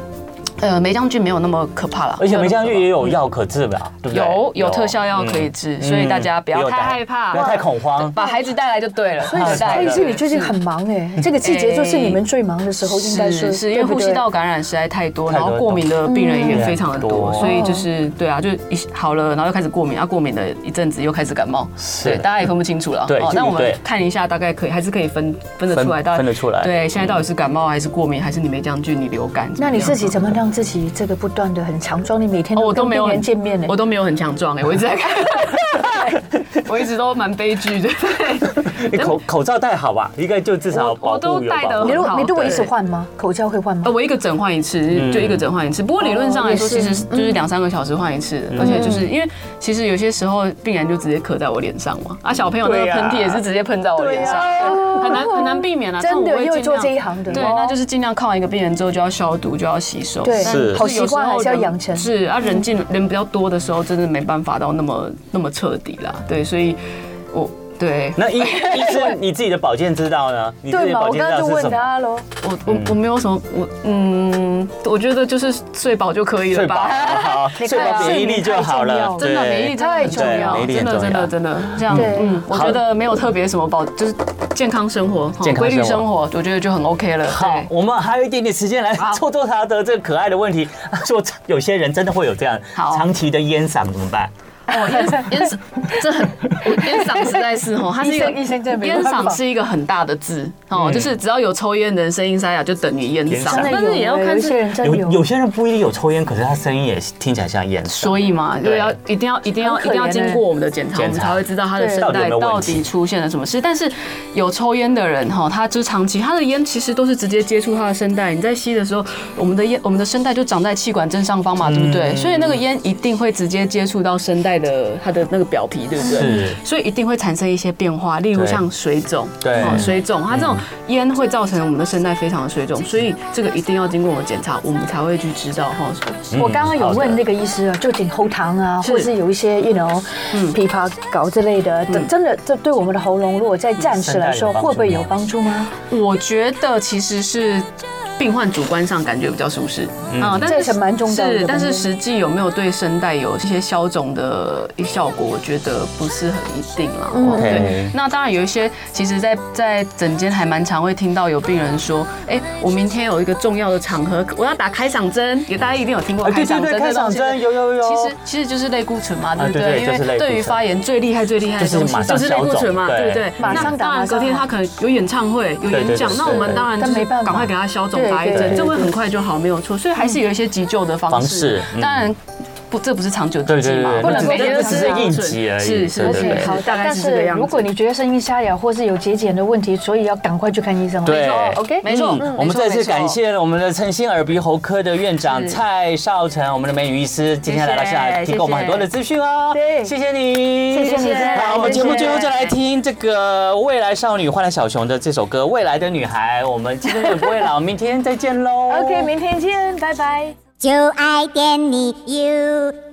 [SPEAKER 4] 呃，梅将军没有那么可怕啦。
[SPEAKER 2] 而且梅将军也
[SPEAKER 4] 有。
[SPEAKER 2] 有药可治吧？对不对？
[SPEAKER 4] 呃有有特效药可以治，所以大家不要太害怕，
[SPEAKER 2] 不要太恐慌。
[SPEAKER 4] 把孩子带来就对了。
[SPEAKER 1] 所以
[SPEAKER 4] 带
[SPEAKER 1] 所以
[SPEAKER 4] 来就
[SPEAKER 1] 这
[SPEAKER 4] 对
[SPEAKER 1] 里
[SPEAKER 4] 了
[SPEAKER 1] 最近很忙哎，这个季节就是你们最忙的时候，应该
[SPEAKER 4] 是
[SPEAKER 1] 是
[SPEAKER 4] 是因为
[SPEAKER 1] 对不
[SPEAKER 4] 呼
[SPEAKER 1] 对
[SPEAKER 4] 吸道感染实在太多，
[SPEAKER 2] 太
[SPEAKER 4] 然
[SPEAKER 2] 多
[SPEAKER 4] 后过敏的病人也非常的
[SPEAKER 2] 嗯
[SPEAKER 4] 多，所以就是对啊，就一好了，然后又开始过敏，啊过敏了一阵子又开始感冒，对，大家也分不清楚了。
[SPEAKER 2] 对
[SPEAKER 4] 哦
[SPEAKER 2] 就是
[SPEAKER 4] 那我们
[SPEAKER 2] 对
[SPEAKER 4] 看一下，大概可以还是可以分分得出来，
[SPEAKER 2] 分
[SPEAKER 4] 大概
[SPEAKER 2] 分得出来嗯
[SPEAKER 4] 对，现在到底是感冒还是过敏，还是你梅将军你流感？
[SPEAKER 1] 那你自己
[SPEAKER 4] 怎么样
[SPEAKER 1] 怎么让自己这个不断的很强壮？你每天
[SPEAKER 4] 哦，我
[SPEAKER 1] 都
[SPEAKER 4] 都
[SPEAKER 1] 跟
[SPEAKER 4] 没
[SPEAKER 1] 病
[SPEAKER 4] 有
[SPEAKER 1] 人
[SPEAKER 4] 很
[SPEAKER 1] 见面呢，
[SPEAKER 4] 我都没有很强壮哎，我一直 在看， 我一直都蛮悲剧的。
[SPEAKER 2] 你嗯哎口口罩戴好吧，应该就至少
[SPEAKER 4] 我
[SPEAKER 2] 保
[SPEAKER 4] 我都
[SPEAKER 2] 护有
[SPEAKER 4] 戴得
[SPEAKER 2] 保
[SPEAKER 1] 你
[SPEAKER 2] 护
[SPEAKER 1] 如
[SPEAKER 4] 很好
[SPEAKER 1] 你如果一直
[SPEAKER 4] 对
[SPEAKER 1] 换吗？口罩会换吗
[SPEAKER 4] 呃，？我一个诊换一次，
[SPEAKER 2] 嗯
[SPEAKER 4] 就一个诊换一次。不过理论上来说，
[SPEAKER 1] 哦也
[SPEAKER 4] 其
[SPEAKER 1] 是
[SPEAKER 4] 实是就是两三个小时换一次，
[SPEAKER 2] 嗯
[SPEAKER 4] 而且就是因为其实有些时候病人就直接咳在我脸上嘛，啊，小朋友那个
[SPEAKER 2] 对呀
[SPEAKER 4] 喷嚏也是直接喷在我脸上，对很难很难避免啊。
[SPEAKER 1] 真的
[SPEAKER 4] 但我会
[SPEAKER 1] 因为做
[SPEAKER 4] 尽量
[SPEAKER 1] 这一行的
[SPEAKER 4] 对，
[SPEAKER 1] 哦
[SPEAKER 4] 那就是尽量看完一个病人之后就要消毒，就要洗手。
[SPEAKER 1] 对
[SPEAKER 4] 但
[SPEAKER 2] 是
[SPEAKER 1] 好习惯还是要
[SPEAKER 4] 有时候人
[SPEAKER 1] 养成
[SPEAKER 4] 是啊，人进人比较多的时候，真的没办法到那么那么彻底啦。对，所以我对
[SPEAKER 2] 那医医生你自己的保健之道呢？你自己
[SPEAKER 1] 对
[SPEAKER 2] 的
[SPEAKER 1] 嘛？
[SPEAKER 2] 保
[SPEAKER 1] 我
[SPEAKER 2] 健
[SPEAKER 1] 刚
[SPEAKER 2] 之
[SPEAKER 1] 刚就
[SPEAKER 2] 道是
[SPEAKER 1] 问
[SPEAKER 2] 什么？
[SPEAKER 1] 他喽，
[SPEAKER 4] 我我我没有什么我嗯，我觉得就是睡饱就可以了
[SPEAKER 2] 睡饱，
[SPEAKER 4] 吧。啊
[SPEAKER 2] 好， 睡饱免疫力就好了。
[SPEAKER 4] 真的免疫力真的很
[SPEAKER 2] 哦
[SPEAKER 4] 重
[SPEAKER 2] 对
[SPEAKER 4] 要，
[SPEAKER 2] 免疫力
[SPEAKER 4] 真
[SPEAKER 2] 很
[SPEAKER 4] 的
[SPEAKER 2] 重
[SPEAKER 4] 真
[SPEAKER 2] 要
[SPEAKER 4] 的。真的这样，
[SPEAKER 1] 对
[SPEAKER 4] 嗯，我觉得没有特别什么保，就是健康生活、哈
[SPEAKER 2] 健康
[SPEAKER 4] 规律
[SPEAKER 2] 生
[SPEAKER 4] 生活，我觉得就很 OK 了。
[SPEAKER 2] 好
[SPEAKER 4] 对，
[SPEAKER 2] 我们还有一点点时间来
[SPEAKER 4] 好
[SPEAKER 2] 做做他的这个可爱的问题。说有些人真的会有这样，
[SPEAKER 4] 好
[SPEAKER 2] 长期的烟嗓怎么办？
[SPEAKER 4] 哦，烟烟嗓，这很我烟嗓实在是吼，它是一个
[SPEAKER 1] 医生医生真的没
[SPEAKER 4] 烟
[SPEAKER 1] 办法
[SPEAKER 4] 嗓是一个很大的字哦，就是只要有抽烟的人声音沙哑，就等于烟
[SPEAKER 2] 烟
[SPEAKER 4] 嗓
[SPEAKER 2] 嗓。
[SPEAKER 1] 真
[SPEAKER 4] 但
[SPEAKER 1] 的有
[SPEAKER 4] 是也要
[SPEAKER 1] 欸，有
[SPEAKER 4] 看
[SPEAKER 1] 一
[SPEAKER 4] 是
[SPEAKER 1] 些人真
[SPEAKER 2] 有
[SPEAKER 1] 的有
[SPEAKER 2] 有。些人不一定有抽烟，可是他声音也听起来像烟嗓。
[SPEAKER 4] 所以嘛，就
[SPEAKER 2] 对
[SPEAKER 4] 要一定要一定要
[SPEAKER 1] 很
[SPEAKER 4] 一
[SPEAKER 1] 可怜
[SPEAKER 4] 定要经过我们的检查，
[SPEAKER 2] 欸
[SPEAKER 4] 我们才会知道他的
[SPEAKER 1] 对
[SPEAKER 4] 声
[SPEAKER 2] 到底有
[SPEAKER 4] 带
[SPEAKER 2] 没有问
[SPEAKER 4] 到
[SPEAKER 2] 题
[SPEAKER 4] 底出现了什么事。但是有抽烟的人哈，他就是长期他的烟其实都是直接接触他的声带，你在吸的时候，我们的烟我们的声带就长在气管正上方嘛，对不对？所以那个烟一定会直接接触到声带的它的那个表皮，对不对
[SPEAKER 2] 是？
[SPEAKER 4] 所以一定会产生一些变化，例如
[SPEAKER 2] 对
[SPEAKER 4] 像水肿，
[SPEAKER 2] 对
[SPEAKER 4] 哦水肿，它这种烟会造成我们的声带非常的水肿，所以这个一定要经过我们检查，我们才会去知道哈。
[SPEAKER 1] 我刚刚有问那个医师啊，就颈喉糖啊，
[SPEAKER 4] 是
[SPEAKER 1] 或是有一些 you know，枇杷膏之类的，真的这对我们的喉咙，如果在暂时来说，
[SPEAKER 2] 声带有帮助吗
[SPEAKER 1] 会不会有帮助吗？
[SPEAKER 4] 我觉得其实是病患主观上感觉比较舒适啊，
[SPEAKER 1] 这是蛮重要的
[SPEAKER 4] 是，但
[SPEAKER 1] 东
[SPEAKER 4] 是
[SPEAKER 1] 西
[SPEAKER 4] 实际有没有对声带有这些消肿的效果，我觉得不是很一定啦。哦
[SPEAKER 2] OK
[SPEAKER 4] 对，那当然有一些，其实在，在诊间还蛮常会听到有病人说，哎，我明天有一个重要的场合，我要打开嗓针，也大家一定有听过
[SPEAKER 2] 啊，对
[SPEAKER 4] 开
[SPEAKER 2] 对
[SPEAKER 4] 嗓
[SPEAKER 2] 对，
[SPEAKER 4] 针
[SPEAKER 2] 开
[SPEAKER 4] 这
[SPEAKER 2] 嗓
[SPEAKER 4] 东西
[SPEAKER 2] 针有有有。
[SPEAKER 4] 其实其实就是类固醇嘛，对不
[SPEAKER 2] 啊对对
[SPEAKER 4] 对？因
[SPEAKER 2] 就是类固醇
[SPEAKER 4] 为对于发炎最厉害最厉害的东
[SPEAKER 2] 就是马
[SPEAKER 4] 西
[SPEAKER 2] 上
[SPEAKER 4] 就是类固醇嘛，
[SPEAKER 2] 消肿
[SPEAKER 4] 对不
[SPEAKER 2] 对
[SPEAKER 4] 对？
[SPEAKER 1] 马上
[SPEAKER 4] 那
[SPEAKER 1] 打
[SPEAKER 4] 当
[SPEAKER 1] 马
[SPEAKER 4] 然
[SPEAKER 1] 上
[SPEAKER 4] 隔天他可能有演唱会有
[SPEAKER 2] 对对
[SPEAKER 4] 演讲
[SPEAKER 2] 对，
[SPEAKER 4] 那我们当然就
[SPEAKER 1] 但没
[SPEAKER 4] 是
[SPEAKER 1] 办法
[SPEAKER 4] 赶快给他消肿
[SPEAKER 1] 对
[SPEAKER 4] 打一
[SPEAKER 1] 对
[SPEAKER 4] 针，
[SPEAKER 1] 对
[SPEAKER 4] 这会很快就好，没有错。所以还是有一些急救的方
[SPEAKER 2] 方式
[SPEAKER 4] 式
[SPEAKER 2] 嗯，
[SPEAKER 4] 当然。不，这不是长久
[SPEAKER 2] 对
[SPEAKER 4] 之
[SPEAKER 2] 对对
[SPEAKER 4] 计嘛
[SPEAKER 2] 对，
[SPEAKER 1] 不能
[SPEAKER 4] 每
[SPEAKER 1] 够
[SPEAKER 4] 天都
[SPEAKER 1] 这只是
[SPEAKER 4] 这样
[SPEAKER 2] 应
[SPEAKER 4] 子
[SPEAKER 2] 急而已
[SPEAKER 4] 是是
[SPEAKER 2] 对对
[SPEAKER 4] 是，
[SPEAKER 2] 对
[SPEAKER 1] 好，
[SPEAKER 4] 大概
[SPEAKER 1] 但
[SPEAKER 4] 是这个
[SPEAKER 1] 是
[SPEAKER 4] 样子。
[SPEAKER 1] 如果你觉得声音沙哑或是有节俭的问题，所以要赶快去看医生了。
[SPEAKER 2] 对
[SPEAKER 1] 哦，OK，
[SPEAKER 4] 没错
[SPEAKER 2] 嗯
[SPEAKER 4] 嗯
[SPEAKER 2] 我们
[SPEAKER 4] 没错
[SPEAKER 2] 再次
[SPEAKER 4] 没错
[SPEAKER 2] 感谢我们的诚心耳鼻喉科的院长
[SPEAKER 4] 是
[SPEAKER 2] 蔡少成，我们的美女医师，今天来到现
[SPEAKER 4] 谢
[SPEAKER 2] 来
[SPEAKER 4] 谢
[SPEAKER 2] 提供我们很多的资讯哦。
[SPEAKER 1] 对
[SPEAKER 2] 谢谢你，
[SPEAKER 1] 谢谢你真的
[SPEAKER 2] 好，我们
[SPEAKER 1] 谢谢
[SPEAKER 2] 节目最后就来听这个未来少女换来小熊的这首歌《未来的女孩》。我们今天也不会老，明天再见喽。
[SPEAKER 1] OK，明天见，拜拜。
[SPEAKER 8] 就爱点你 U